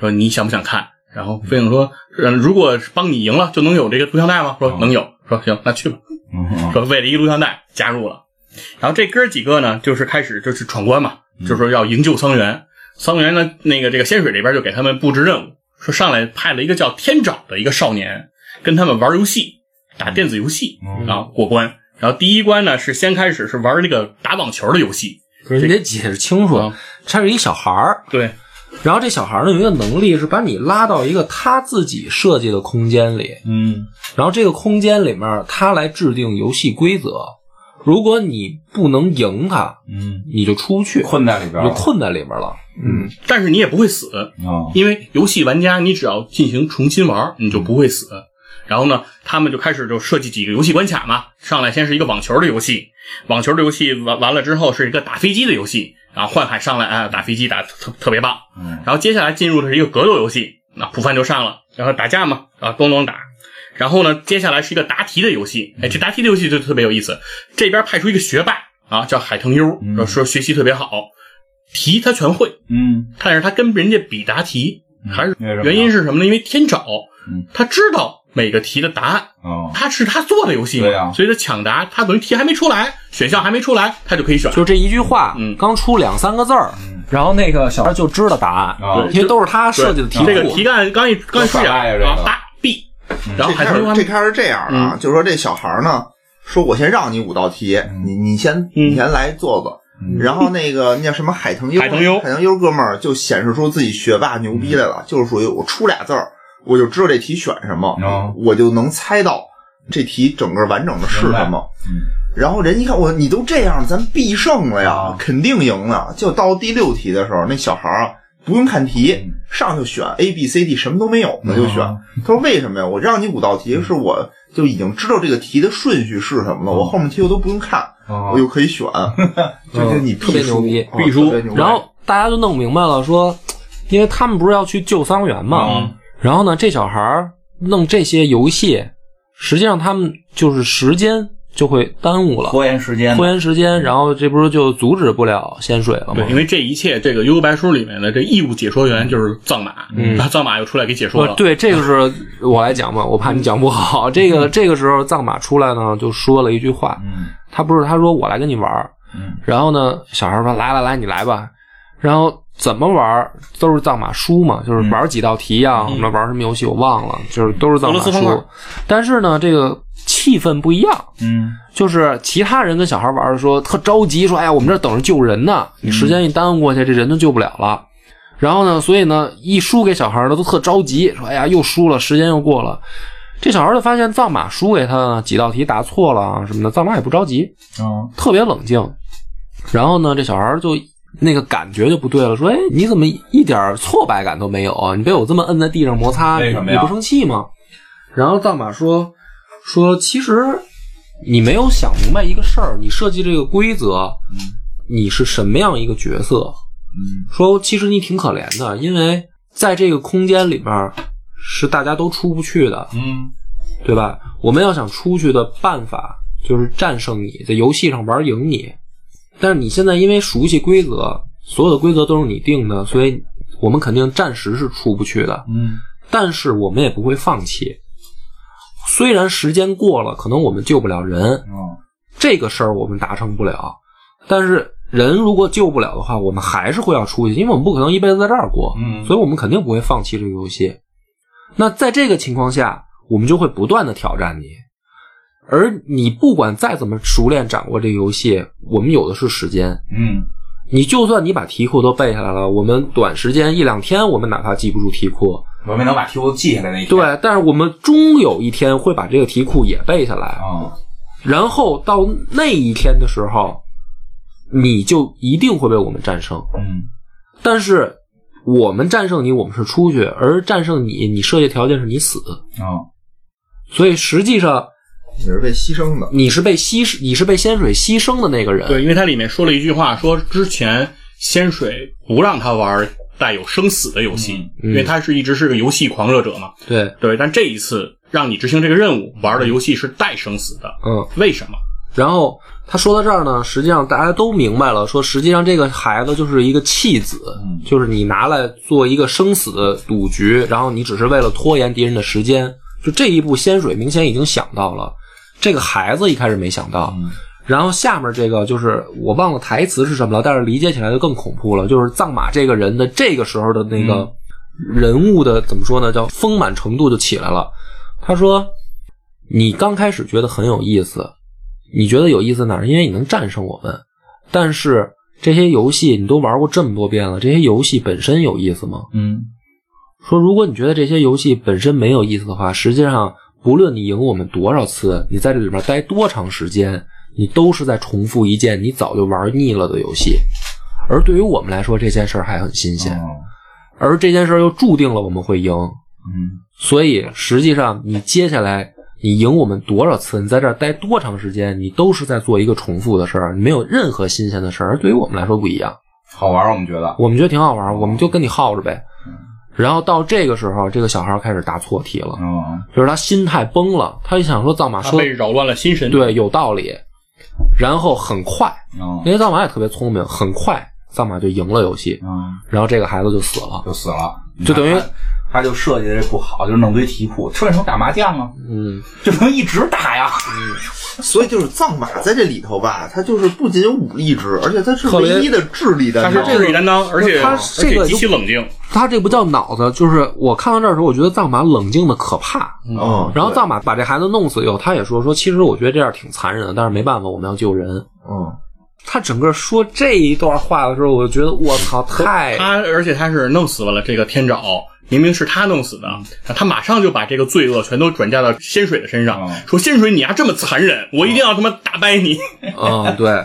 说你想不想看？”然后飞影说：“嗯，如果帮你赢了，就能有这个录像带吗？”说：“哦能有。”说：“行，那去吧。”嗯说为了一个录像带加入了。然后这哥几个呢，就是开始就是闯关嘛，就说要营救桑园。桑园呢，那个这个仙水这边就给他们布置任务，说上来派了一个叫天长的一个少年，跟他们玩游戏，打电子游戏嗯啊过关。然后第一关呢是先开始是玩那个打网球的游戏，可是你得解释清楚啊，他是一小孩儿，对，然后这小孩儿呢有一个能力是把你拉到一个他自己设计的空间里，嗯然后这个空间里面他来制定游戏规则。如果你不能赢他，嗯，你就出不去，困在里边你就困在里面了。嗯，但是你也不会死，啊，因为游戏玩家你只要进行重新玩，你就不会死。然后呢，他们就开始就设计几个游戏关卡嘛。上来先是一个网球的游戏，网球的游戏完完了之后是一个打飞机的游戏，啊，幻海上来啊打飞机打得特特别棒。嗯然后接下来进入的是一个格斗游戏，那普范就上了，然后打架嘛，啊，咣咣打。然后呢，接下来是一个答题的游戏，哎，这答题的游戏就特别有意思。这边派出一个学霸啊，叫海腾优，说说学习特别好，题他全会，嗯但是他跟人家比答题，还是为什么原因是什么呢？因为天找嗯，他知道每个题的答案，啊，他是他做的游戏嘛，对啊所以他抢答，他等于题还没出来，选项还没出来，他就可以选。就这一句话，嗯刚出两三个字儿，然后那个小孩就知道答案，啊因为都是他设计的题对这个库。题干刚一刚一出耍赖啊这现，个嗯啊，答 B，然后这海开豚始湾这开始这样的啊，就是说这小孩儿呢，说我先让你五道题，你你先你先来做做。然后那个那叫什么海腾优，海腾优海腾优哥们儿就显示出自己学霸牛逼来了，就是属于我出俩字儿，我就知道这题选什么，哎哦我就能猜到这题整个完整的是明白什么。嗯然后人一看我，你都这样，咱必胜了呀啊，肯定赢了。就到第六题的时候，那小孩儿啊不用看题，上就选 A B C D，什么都没有，他就选。他说为什么呀？我让你五道题，是我就已经知道这个题的顺序是什么了，我后面题我都不用看，啊我哎就可以选。就就你特别必输，牛逼嗯啊必输特别牛逼然后大家就弄明白了，说，因为他们不是要去救桑园嘛，嗯然后呢，这小孩儿弄这些游戏，实际上他们就是时间就会耽误了，拖延时间呢，拖延时间，然后这不是就阻止不了仙水了吗对，？因为这一切，这个《幽游白书》里面的这义务解说员就是藏马，嗯然后藏马又出来给解说呃了。对，这个是我来讲嘛，我怕你讲不好。这嗯个这个时候，藏马出来呢，就说了一句话，嗯他不是他说我来跟你玩儿嗯，然后呢，小孩说来来来，你来吧，然后。怎么玩儿都是藏马书嘛，就是嗯玩儿几道题呀、我们玩儿什么游戏我忘了，就是都是藏马俄罗斯方块书。但是呢，这个气氛不一样，嗯，就是其他人跟小孩玩儿的时候特着急，说：“哎呀，我们这儿等着救人呢，你时嗯间一耽误过去，这人就救不了了。”然后呢，所以呢，一输给小孩儿呢，都特着急，说：“哎呀，又输了，时间又过了。”这小孩儿就发现藏马输给他呢，几道题答错了啊什么的，藏马也不着急，嗯特别冷静。然后呢，这小孩儿就那个感觉就不对了，说：“哎，你怎么一点挫败感都没有啊？你被我这么摁在地上摩擦，为你什么你呀不生气吗？”然后藏马说：“说其实你没有想明白一个事儿，你设计这个规则，你是什么样一个角色？嗯说其实你挺可怜的，因为在这个空间里面儿是大家都出不去的，嗯对吧？我们要想出去的办法就是战胜你，在游戏上玩赢你。但是你现在因为熟悉规则，所有的规则都是你定的，所以我们肯定暂时是出不去的。嗯但是我们也不会放弃。虽然时间过了，可能我们救不了人，哦这个事儿我们达成不了。但是人如果救不了的话，我们还是会要出去，因为我们不可能一辈子在这儿过，嗯所以我们肯定不会放弃这个游戏。那在这个情况下，我们就会不断的挑战你，而你不管再怎么熟练掌握这个游戏，我们有的是时间。嗯你就算你把题库都背下来了，我们短时间一两天，我们哪怕记不住题库，我没能把题库记下来那一天对，但是我们终有一天会把这个题库也背下来。啊然后到那一天的时候，你就一定会被我们战胜。嗯但是我们战胜你，我们是出去；而战胜你，你设计条件是你死。哦所以实际上你是被牺牲的。你是被牺，你是被仙水牺牲的那个人。对，因为它里面说了一句话，说之前仙水不让他玩带有生死的游戏，嗯因为他是一直是个游戏狂热者嘛。对，对，但这一次让你执行这个任务，玩的游戏是带生死的，嗯。为什么？然后他说到这儿呢，实际上大家都明白了，说实际上这个孩子就是一个弃子，就是你拿来做一个生死的赌局，然后你只是为了拖延敌人的时间。就这一步，仙水明显已经想到了，这个孩子一开始没想到。然后下面这个就是我忘了台词是什么了，但是理解起来就更恐怖了，就是藏马这个人的这个时候的那个人物的、怎么说呢，叫丰满程度就起来了。他说：“你刚开始觉得很有意思，你觉得有意思哪儿？因为你能战胜我们。但是这些游戏你都玩过这么多遍了，这些游戏本身有意思吗？嗯说如果你觉得这些游戏本身没有意思的话，实际上不论你赢我们多少次，你在这里边待多长时间，你都是在重复一件你早就玩腻了的游戏。而对于我们来说，这件事儿还很新鲜，哦而这件事儿又注定了我们会赢。嗯所以实际上，你接下来你赢我们多少次，你在这儿待多长时间，你都是在做一个重复的事儿，你没有任何新鲜的事儿。而对于我们来说不一样，好玩儿我们觉得我们觉得挺好玩儿，我们就跟你耗着呗。然后到这个时候，这个小孩儿开始答错题了，嗯就是他心态崩了，他就想说藏马他说被扰乱了心神。，对有道理，然后很快，嗯因为藏马也特别聪明，很快藏马就赢了游戏，嗯然后这个孩子就死了。就死了就等于你看他他就设计的这不好，就是弄堆题库，顺手打麻将啊，嗯，就能一直打呀。所以就是藏马在这里头吧，它就是不仅有武力值，而且它是特别唯一的智力的。他是智力担当，而且他而这个且极其冷静。他这不叫脑子，就是我看到这儿的时候，我觉得藏马冷静的可怕。嗯，然后对藏马把这孩子弄死以后，他也说说，其实我觉得这样挺残忍的，但是没办法，我们要救人。嗯，他整个说这一段话的时候，我就觉得我操，太他而且他是弄死了这个天爪，明明是他弄死的，他马上就把这个罪恶全都转嫁到仙水的身上，嗯说仙水你丫这么残忍，我一定要他妈打败你，嗯对，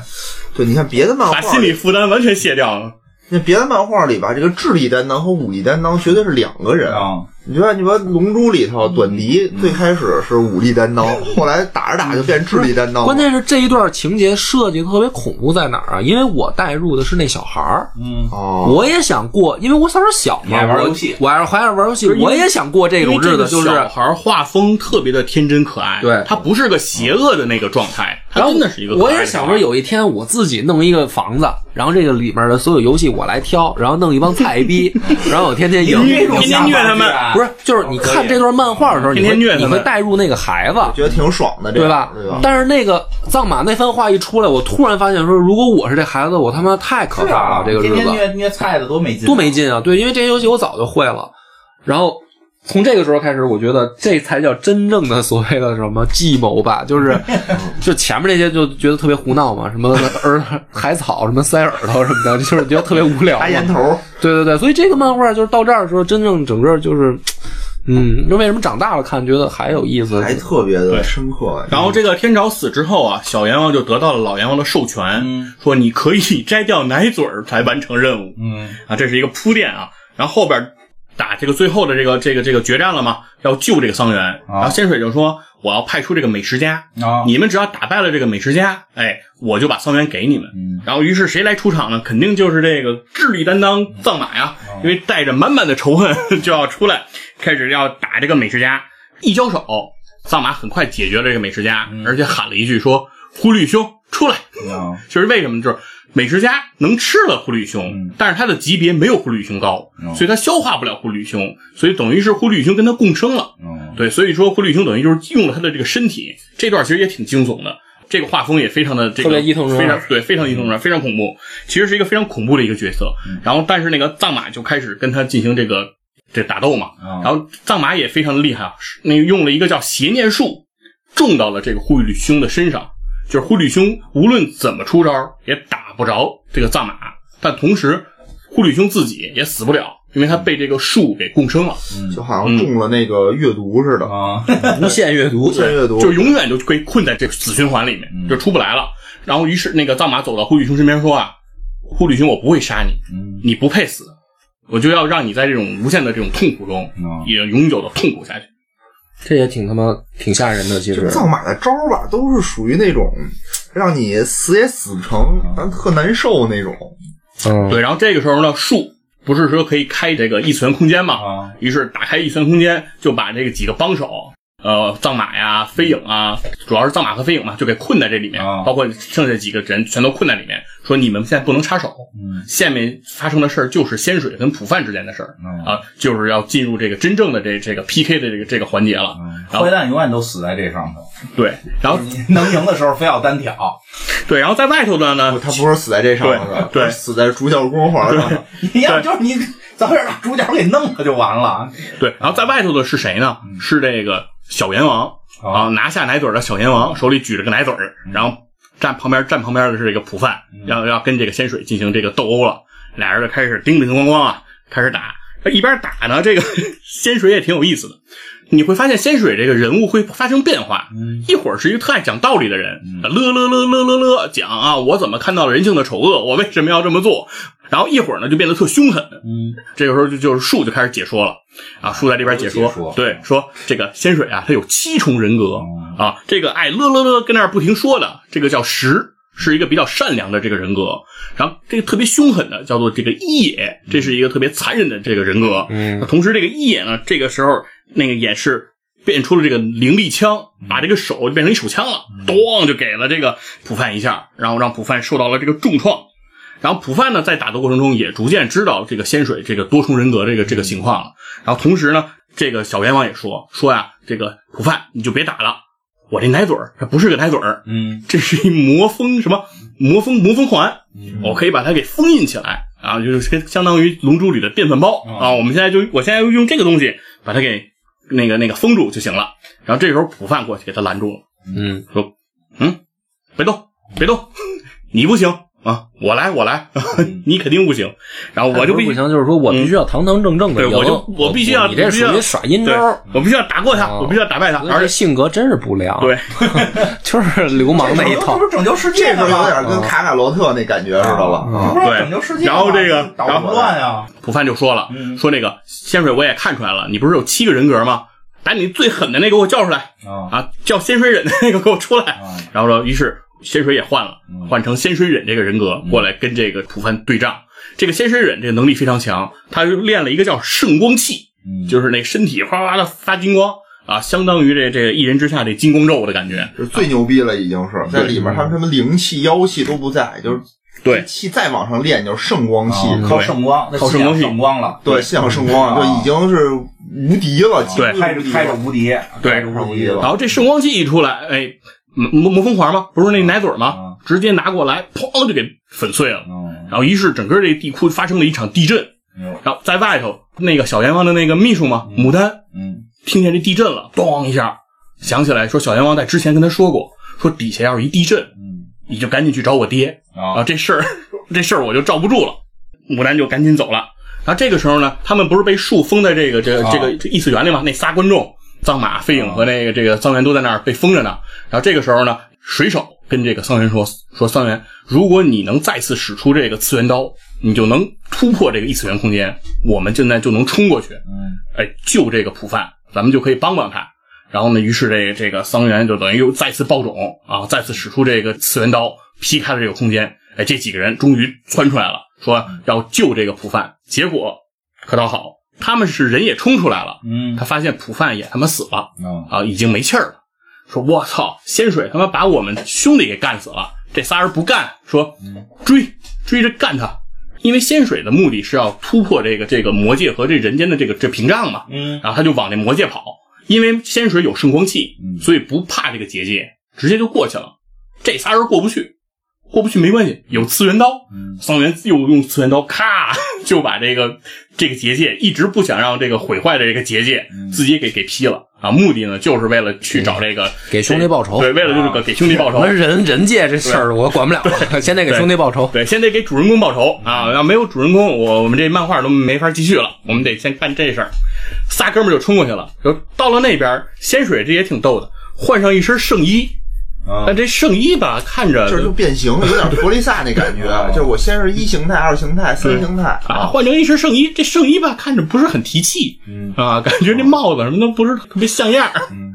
对，你看别的漫嗯 把画心里，理负担完全卸掉了。啊那别的漫画里吧，这个智力担当和武力担当绝对是两个人。嗯你说，你说《龙珠》里头，短笛最开始是武力担当，后来打着打着就变智力担 当了。嗯关键是这一段情节设计得特别恐怖在哪儿啊？因为我带入的是那小孩儿，哦，我也想过，因为我小时候小嗯你嘛，爱玩我游戏我爱还爱玩游戏，是因为我也想过这种日子，就因为这个是小孩儿画风特别的天真可爱，对他不是个邪恶的那个状态，他然后真的是一个可爱我的也想着小孩有一天我自己弄一个房子，然后这个里面的所有游戏我来挑，然后弄一帮菜逼，然后我天天赢。 你这种天天虐他们，不是，就是你看这段漫画的时候，你会哦天天虐他你会们带入那个孩子，觉得挺爽的，这对个吧对吧？？但是那个藏马那番话一出来，我突然发现说，如果我是这孩子，我他妈太可是怕啊了，，这个日天天子虐虐菜的多没劲，多没劲啊！对，因为这些游戏我早就会了，然后。从这个时候开始，我觉得这才叫真正的所谓的什么计谋吧， 就是就前面那些就觉得特别胡闹嘛，什么 儿海草、什么塞耳朵什么的，就是觉得特别无聊嘛。拔烟头，对对对，所以这个漫画就是到这儿的时候，真正整个就是，嗯，就为什么长大了看觉得还有意思？还特别的对深刻。然后这个天朝死之后啊，小阎王就得到了老阎王的授权，嗯说你可以摘掉奶嘴儿来完成任务嗯，啊，这是一个铺垫啊。然后后边打这个最后的这个这个这个决战了嘛，要救这个桑园。啊然后仙水就说我要派出这个美食家，啊，你们只要打败了这个美食家，哎，我就把桑园给你们。嗯然后于是谁来出场呢？肯定就是这个智力担当藏马呀，嗯哦因为带着满满的仇恨就要出来，开始要打这个美食家。一交手，藏马很快解决了这个美食家，嗯而且喊了一句说：“呼律兄，出来！”啊就是为什么？就是美食家能吃了呼律兄，但是他的级别没有呼律兄高，嗯所以他消化不了呼律兄，所以等于是呼律兄跟他共生了。嗯对，所以说灰绿熊等于就是用了他的这个身体，这段其实也挺惊悚的，这个画风也非常的这特个别伊藤润二非常对，非常伊藤润二，非常恐怖，其实是一个非常恐怖的一个角色。然后，但是那个藏马就开始跟他进行这个这打斗嘛，啊然后藏马也非常的厉害啊，是那个用了一个叫邪念术，中到了这个灰绿兄的身上，就是灰绿兄无论怎么出招也打不着这个藏马，但同时灰绿兄自己也死不了，因为他被这个术给共生了。就好嗯像中了那个阅读似的，啊，无限阅读无，限阅读就永远就被困在这个死循环里面，嗯就出不来了。然后，于是那个藏马走到呼律兄身边说啊：“呼律兄，我不会杀你，嗯啊你不配死，我就要让你在这种无限的这种痛苦中，嗯也永久的痛苦下去。这也挺他妈挺吓人的，其实。藏马的招儿吧，都是属于那种让你死也死不成，但特难受那种。嗯，对，然后这个时候呢，树不是说可以开这个异次元空间嘛？啊，于是打开异次元空间，就把这个几个帮手。呃，藏马呀，飞影啊，主要是藏马和飞影嘛，就给困在这里面，啊包括剩下几个人全都困在里面。说你们现在不能插手，嗯下面发生的事儿就是仙水跟普范之间的事儿、嗯啊，就是要进入这个真正的这这个 PK 的这个这个环节了。嗯然后坏蛋永远都死在这上头，对，然后能赢的时候非要单挑，对，然后在外头的呢，他不是死在这上面的，对对他是死在主角光环上。你 要就是你早点把主角给弄了就完了，对，然后在外头的是谁呢？嗯是这个小阎王啊嗯啊，拿下奶嘴儿的小阎王手里举着个奶嘴儿，然后站旁边站旁边的是这个普范，要要跟这个仙水进行这个斗殴了，俩人就开始叮叮咣咣啊，开始打。一边打呢，这个 仙水也挺有意思的，你会发现仙水这个人物会发生变化，嗯一会儿是一个特爱讲道理的人，乐乐乐乐乐乐讲啊，我怎么看到了人性的丑恶，我为什么要这么做？然后一会儿呢就变得特凶狠，嗯这个时候就就是树就开始解说了，啊，树在这边解说，解说对，说这个仙水啊，他有七重人格嗯啊，这个爱乐乐乐跟那儿不停说的，这个叫石，是一个比较善良的这个人格，然后这个特别凶狠的叫做这个一野，这是一个特别残忍的这个人格，嗯，同时这个一野呢，这个时候那个也是变出了这个灵力枪，嗯把这个手就变成一手枪了，咣就给了这个普范一下，然后让普范受到了这个重创。然后普范呢，在打斗过程中也逐渐知道这个仙水这个多重人格这个这个情况了。然后同时呢，这个小阎王也说说呀、这个普范你就别打了，我这奶嘴儿它不是个奶嘴儿，嗯这是一魔封什么 魔封魔封环，我可以把它给封印起来啊，就是跟相当于《龙珠》里的电饭煲嗯啊。我们现在就我现在用这个东西把它给那个那个封住就行了。然后这时候普嗯范过去给他拦住了，嗯， 别动，别动，你不行啊，我来我来， 你肯定不行，然后我就不必是不须。行，就是说我必须要堂堂正正的对，赢。我就我必须要，你这必须属要于耍阴对招儿，我必须要打过他，哦我必须要打败他，而且而且性格真是不良，对， 就是流氓那一套这不。是拯救世这界时候的有吗？嗯点跟卡卡罗特那感觉似的了这啊。不对是拯救世界的吗，然后这个捣什么乱呀？普范就说了，说那个仙水我也看出来了，你不是有七个人格吗？把你最狠的那个给我叫出来啊啊，叫仙水忍的那个给我出来。啊！然后说，于是仙水也换了，换成仙水忍这个人格过来跟这个普范对仗。这个仙水忍这个能力非常强，他就练了一个叫圣光气，嗯就是那身体哗哗的发金光啊，相当于这这一人之下这金光咒的感觉。就是最牛逼了，已经嗯是在里面，他们什么灵气、妖气都不在，就是对嗯气再往上练就是圣光气，啊靠圣光，那靠信圣光仰系圣光了，对，信仰圣光啊就已经是无敌了，几乎嗯对开着无敌开着了无敌，对开着无敌然了。后这圣光器一出来，哎，魔魔魔风环吗？不是那奶嘴吗？直接拿过来，砰就给粉碎了。嗯，然后于是整个这地库发生了一场地震，嗯然后在外头那个小阎王的那个秘书嘛，牡丹嗯听见这地震了，咚一下想起来说小阎王在之前跟他说过，说底下要是一地震，嗯你就赶紧去找我爹啊，啊，这事儿 这事儿我就罩不住了，牡丹就赶紧走了。然后这个时候呢，他们不是被树封在这个这个啊这个这异次元里吗？那仨观众藏马、飞影和那个这个桑园都在那儿被封着呢。然后这个时候呢，水手跟这个桑园说说桑园，如果你能再次使出这个次元刀，你就能突破这个异次元空间，我们现在就能冲过去，嗯哎，救这个普范，咱们就可以帮帮他。然后呢，于是这个这个桑园就等于又再次爆种啊，再次使出这个次元刀劈开了这个空间。哎，这几个人终于窜出来了，说要救这个普范。结果可倒好，他们是人也冲出来了，嗯他发现普范也他妈死了啊啊，已经没气儿了。说我操，仙水他妈把我们兄弟给干死了。这仨人不干，说追追着干他，因为仙水的目的是要突破这个这个魔界和这人间的这个这屏障嘛。嗯然后他就往那魔界跑，因为仙水有圣光气，嗯所以不怕这个结界，直接就过去了。这仨人过不去，过不去没关系，有次元刀。嗯桑园又用次元刀咔就把这个这个结界，一直不想让这个毁坏的这个结界嗯自己给给劈了啊！目的呢，就是为了去找这个给兄弟嗯报仇对，为了啊就是给给兄弟报我仇们。人人界这事儿我管不了了， 先得给兄弟报仇。对，先得给主人公报仇啊！嗯要没有主人公，我我们这漫画都没法继续了。我们得先干这事儿。仨哥们儿就冲过去了，就到了那边儿，仙水这也挺逗的，换上一身圣衣，啊但这圣衣吧，看着就是就变形，有点弗利萨那感觉， 就是我先是一形态、二形态、三形态嗯啊，，换成一身圣衣，这圣衣吧，看着不是很提气，嗯啊，感觉这帽子什么都不是特别像样儿。嗯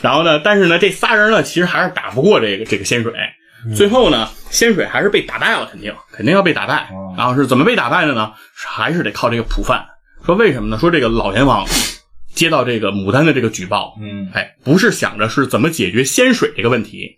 然后呢，但是呢，这仨人呢，其实还是打不过这个这个仙水。最后呢，仙水还是被打败了，肯定肯定要被打败。哦然后是怎么被打败的呢？是还是得靠这个普范。说为什么呢？说这个老阎王接到这个牡丹的这个举报，嗯哎，不是想着是怎么解决仙水这个问题，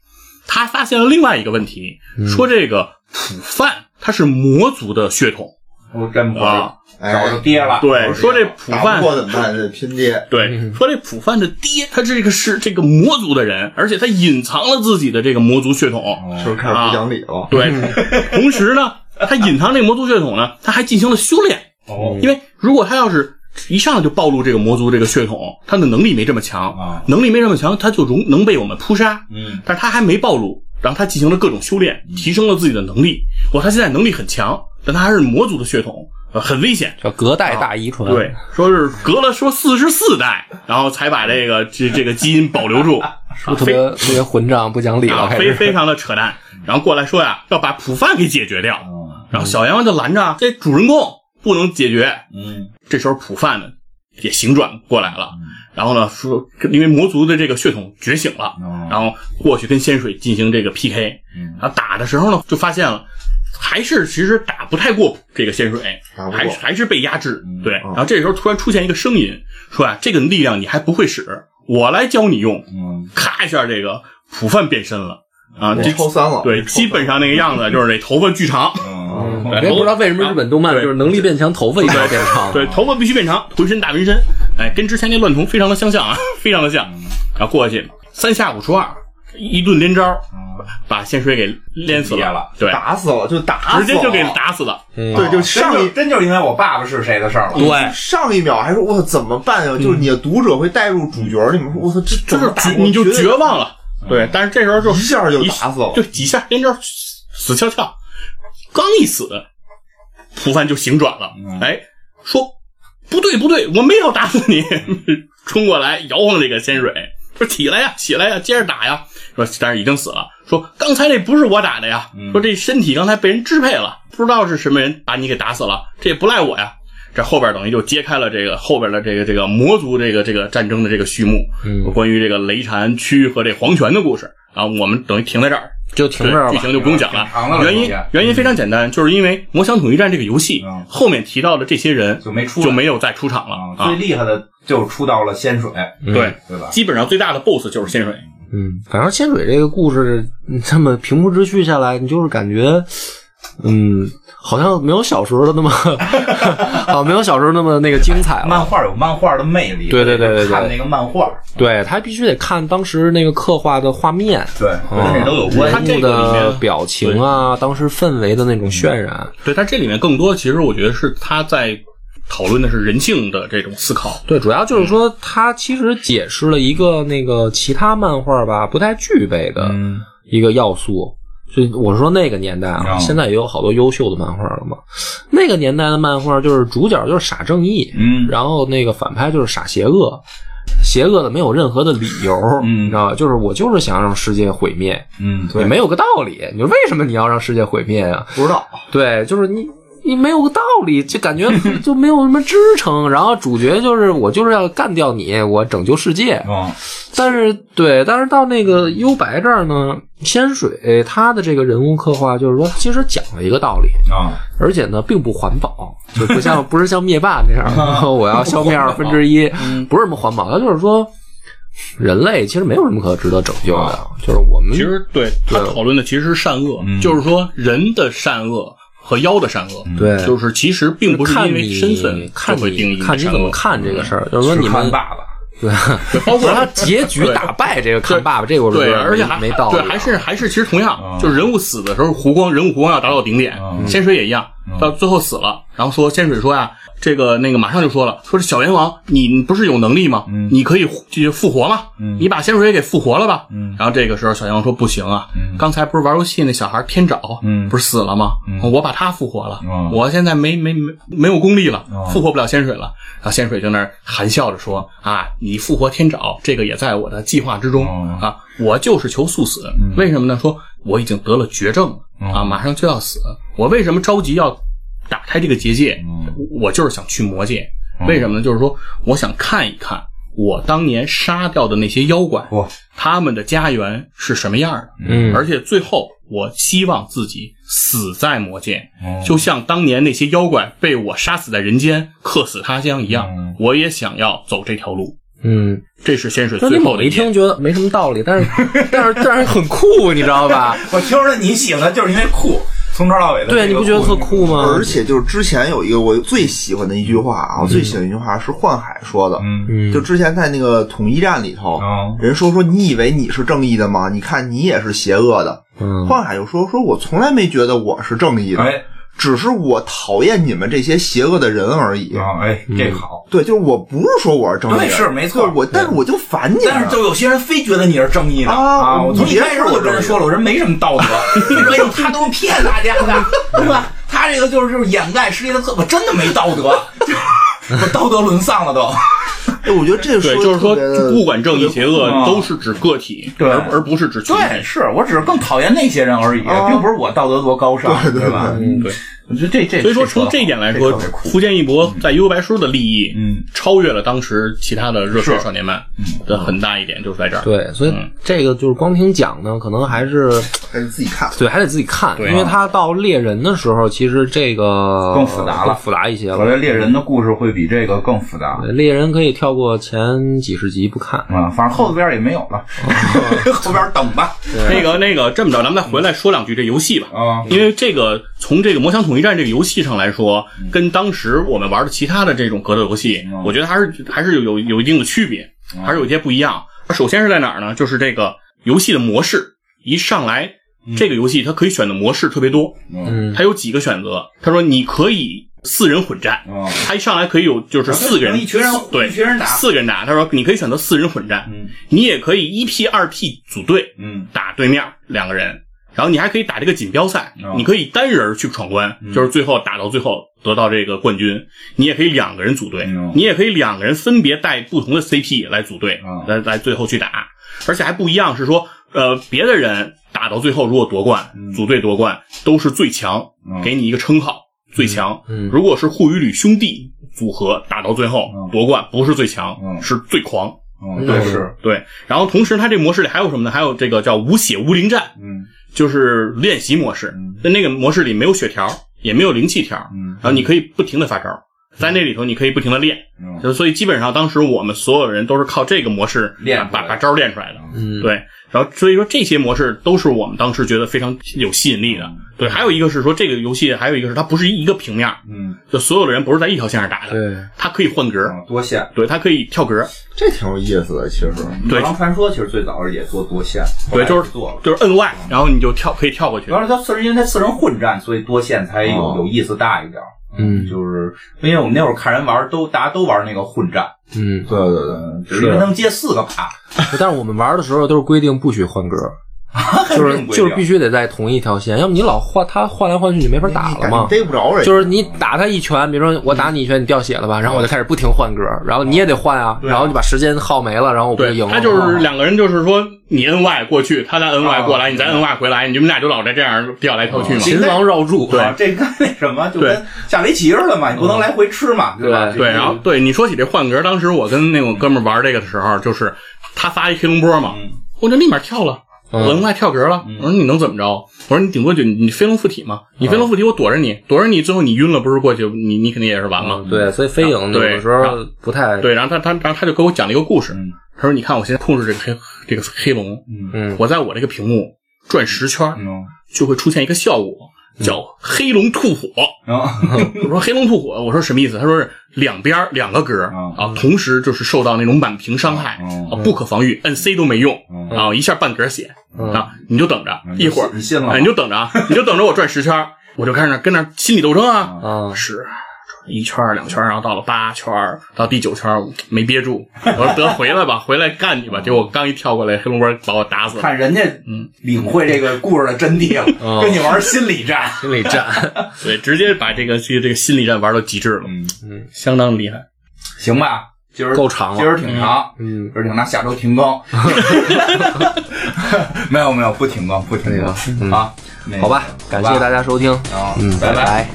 他发现了另外一个问题，说这个普范他是魔族的血统我真不啊，哎找着爹了。对，说这普打范不过怎么办？得拼爹，嗯对，说这普范的爹，他这个是这个魔族的人，而且他隐藏了自己的这个魔族血哦统。是不是开始不讲理了？对，嗯同时呢，他隐藏这个魔族血统呢，他还进行了修炼，哦因为如果他要是一上来就暴露这个魔族这个血统，他的能力没这么强啊，能力没这么强，他就容能被我们扑杀。嗯但是他还没暴露，然后他进行了各种修炼，提升了自己的能力。哇，他现在能力很强，但他还是魔族的血统，呃很危险。叫隔代大遗传，对，，说是隔了说四十四代，然后才把这个这这个基因保 留住，啊是不是特别特别混账，不讲理了，啊，开非始。非常的扯淡。然后过来说呀，要把普范给解决掉。嗯然后小阎王就拦着啊，这主人公不能解决。嗯这时候普范呢也醒转过来了，嗯然后呢说，因为魔族的这个血统觉醒了，哦然后过去跟仙水进行这个 PK。嗯然后打的时候呢，就发现了。还是其实打不太过这个仙水，打不过还是还是被压制。嗯对，嗯然后这时候突然出现一个声音，说啊，这个力量你还不会使，我来教你用。嗯咔一下，这个普范变身了啊！我这超三了，对，基本上那个样 子就是这头发巨长，嗯我也不知道为什么日本动漫对就是能力变强，头发一定要变长。对，头发必须变长，浑身大纹身，哎，跟之前那乱童非常的相像啊， 非常的像。然后过去三下五除二，一顿连招，把仙水给连死灭了对，打死嗯了就打死了，直接就给打死了。对，就上一啊真就是因为我爸爸是谁的事儿了。嗯对，上一秒还说我怎么办呀？就是你的读者会带入主角，你们说我操，这就怎么是打绝你就我觉绝得望了。对，但是这时候就一下就一打死了就几下连招死死翘翘，刚一死，蒲帆就醒转了，嗯哎，说不对不对，我没要打死你，冲过来摇晃这个仙水，说起来呀起来呀，接着打呀，说但是已经死了，说刚才那不是我打的呀，嗯说这身体刚才被人支配了，不知道是什么人把你给打死了，这也不赖我呀。这后边等于就揭开了这个后边的这个这个魔族这个这个战争的这个序幕，嗯关于这个雷禅区和这黄泉的故事啊，我们等于停在这儿，就停这儿剧吧。情就不用讲了挺长的。了原因中间原因非常简单，就是因为《魔想统一战》这个游戏嗯后面提到的这些人就没出来就没有再出场了啊，最啊。厉害的就出到了仙水，对，对吧？基本上最大的 BOSS 就是仙水。嗯，反正仙水这个故事嗯这么平铺直叙下来，你就是感觉，嗯，好像没有小时候的那么， 啊，没有小时候那么那个精彩了。漫画有漫画的魅力，对对对对对看那个漫画，对他必须得看当时那个刻画的画面，对，哦跟这都有关系它。人这物个里面的表情啊，当时氛围的那种渲染。对，但这里面更多其实我觉得是他在讨论的是人性的这种思考。对，主要就是说，他其实解释了一个那个其他漫画吧不太具备的嗯一个要素。所以我说那个年代啊，嗯现在也有好多优秀的漫画了嘛。那个年代的漫画就是主角就是傻正义，嗯然后那个反派就是傻邪恶，邪恶的没有任何的理由，嗯你知道吧？就是我就是想让世界毁灭，嗯，也没有个道理。你说为什么你要让世界毁灭啊？不知道，对，就是你你没有个道理，就感 觉就没有什么支撑。然后主角就是我就是要干掉你，我拯救世界。嗯，但是对，但是到那个幽白这儿呢，仙水他的这个人物刻画就是说，其实讲了一个道理，啊，而且呢并不环保，就不像不是像灭霸那样， 我要消灭二分之一，嗯不是什么环保，他就是说。人类其实没有什么可值得拯救的，就是我们啊其实对嗯他讨论的其实是善恶，就是说人的善恶和妖的善恶。对嗯就是其实并不是看因为你身份看就会定你义看你善怎么恶，看这个事儿，就是说你看们爸爸，对，包 括他 结局打败这个看爸爸，这个我是对，觉得而且还没道理对啊，，还是还是其实同样嗯，就是人物死的时候，湖光人物湖光要达到顶点，啊嗯仙水也一样，嗯到最后死了，然后说仙水说呀，这个那个马上就说了，说这小阎王你你不是有能力吗？嗯你可以复去复活吗？你把仙水也给复活了吧？嗯然后这个时候小阎王说不行啊，刚才不是玩游戏那小孩天爪嗯不是死了吗？嗯我把他复活了嗯，我现在没没没没有功力了哦，复活不了仙水了。然后仙水就那儿含笑着说啊，你复活天爪这个也在我的计划之中。哦嗯啊，我就是求速死。为什么呢？说我已经得了绝症了、哦啊，马上就要死。我为什么着急要打开这个结界？嗯我就是想去魔界。哦为什么呢？就是说，我想看一看我当年杀掉的那些妖怪，哇他们的家园是什么样的。嗯而且最后，我希望自己死在魔界，哦就像当年那些妖怪被我杀死在人间，客死他乡一样。嗯我也想要走这条路。嗯，这是仙水就你最后猛的一言听觉得没什么道理，但是 但是但是很酷，你知道吧？我听着你喜欢就是因为酷，从头到尾的，对，你不觉得特？酷吗而？且就是之前有一个我最喜欢的一句话啊，我最喜欢一句话是幻海说的，嗯嗯就之前在那个统一战里头，嗯人说说你以为你是正义的吗？你看你也是邪恶的。嗯幻海就说说我从来没觉得我是正义的，哎只是我讨厌你们这些邪恶的人而已。啊，哎，嗯这个好，对，就是我不是说我是正义的，对是没错对我但是我就烦你们。 但是就有些人非觉得你是正义的啊啊！我从一开始我就跟人说了，我人没什么 道德，为什么他都是骗大家的， 对吧？他这个就是就是掩盖实际的特，我真的没道德，我道德沦丧了都。 哎我觉得这对，说就是说得特别，的不管正义邪恶嗯，都是指个体，对而而不是指 群对，体。是我只是更讨厌那些人而已，啊并不是我道德多高尚，对对吧？嗯对，我觉得这这，所以说，这说从得这一点来好说这特别，酷福建一博在《幽游白书》的利益，嗯，超越了当时其他的热血是嗯少年漫的很大一点，就是在这儿。对，所以这个就是光听讲呢，可能还是还是自己看。对，还得自己看，对啊因为他到猎人的时候，其实这个更复杂了更复杂一些我觉了。得猎人的故事会比这个更复杂。猎人可以跳过前几十集不看，啊，反正后边也没有了， 后边等吧。那个那个，这么着，咱们再回来说两句这游戏吧。啊，因为这个从这个《魔枪统一战》这个游戏上来说，嗯跟当时我们玩的其他的这种格斗游戏，我觉得还是还是有有有一定的区别，嗯还是有一些不一样。首先是在哪儿呢？就是这个游戏的模式，一上来嗯这个游戏它可以选的模式特别多，嗯它有几个选择。他说你可以四人混战，嗯他一上来可以有就是四个人，一群人对一群人打四个人打。他说你可以选择四人混战，你也可以一 P 二 P 组队，嗯打对面两个人。然后你还可以打这个锦标赛哦，嗯你可以单人去闯关，就是最后打到最后得到这个冠军。你也可以两个人组队嗯，你也可以两个人分别带不同的 CP 来组队哦，来来最后去打，而且还不一样，是说呃别的人打到最后如果夺冠，组队夺冠都是最强嗯，给你一个称号最强嗯。如果是护与吕兄弟组合打到最后嗯夺冠，不是最强嗯，是最狂。嗯，对是，对，然后同时它这模式里还有什么呢？还有这个叫无血无灵战，嗯就是练习模式嗯。在那个模式里没有血条，也没有灵气条，嗯然后你可以不停的发招，在那里头你可以不停的练。嗯就所以基本上当时我们所有人都是靠这个模式练出来把的把招练出来的。嗯，对，然后所以说这些模式都是我们当时觉得非常有吸引力的。嗯对，还有一个是说这个游戏还有一个是它不是一个平面，嗯，就所有的人不是在一条线上打的，对，它可以换格，嗯多线。对，它可以跳格。这挺有意思的，其实。对《狼传说》其实最早是也做多线，后对，来就不是做了。就是摁 Y，然后你就跳可以跳过去。主要是它四人，因为它四人混战，所以多线才有、哦有意思大一点。嗯就是因为我们那会儿看人玩，都大家都玩那个混战，嗯。对对对，只是因为能接四个 卡，但是我们玩的时候都是规定不许换歌， 就这是种规定就是必须得在同一条线，要么你老换他换来换去，你没法打了嘛你。逮不着人，就是你打他一拳，比如说我打你一拳，你掉血了嗯吧，然后我就开始不停换歌，然后你也得换啊，然后你把时间耗没了，然后我不就对赢了吗？哦他就是两个人，就是说你 N Y 过去，他再 N Y 过来，你再 N Y 回来，你们俩就老在这样跳来跳去嘛。秦王绕柱，啊，这跟那什么就对跟下围棋似的嘛，你不能来回吃嘛，对吧？对对，然后对你说起这换格，当时我跟那种哥们儿玩这个的时候，就是他发一黑龙波嘛，我就立马跳了。我嗯 N Y 跳格了，我说你能怎么着？我说你顶多就你你飞龙附体嘛，你飞龙附体，我躲着你，躲着你，最后你晕了，不是过去你你肯定也是完了。对，所以飞影有对的时候不太，对，然后他他然后他就给我讲了一个故事嗯，他说你看我现在控制这个黑这个黑龙，嗯，我在我这个屏幕转十圈，嗯，就会出现一个效果，叫黑龙吐 火。然后我说黑龙吐火，我说什么意思？他说是两边儿两个格儿嗯啊，同时就是受到那种满屏伤害嗯啊，不可防御，摁 C 都没用嗯啊，一下半格血嗯啊，你就等着嗯一会儿， 你信了吗哎你就等 着啊，你就等着我转十圈儿，我就开始那跟那儿心理斗争嗯啊，啊，是一圈儿两圈儿，然后到了八圈儿，到第九圈儿没憋住，我说得回来吧，回来干嗯你吧，结果我刚一跳过来，黑龙波把我打死了。看人家领会这个故事的真谛了，嗯跟你玩心理战。心里战， 对，直接把这个这个这个心理战玩到极致了，嗯嗯相当厉害。行吧，今儿够长了今儿挺长，嗯，今儿挺长，下周 停更。没有没有，不停更，不停对啊更嗯啊，那个好吧，感谢大家收听，好嗯，拜拜。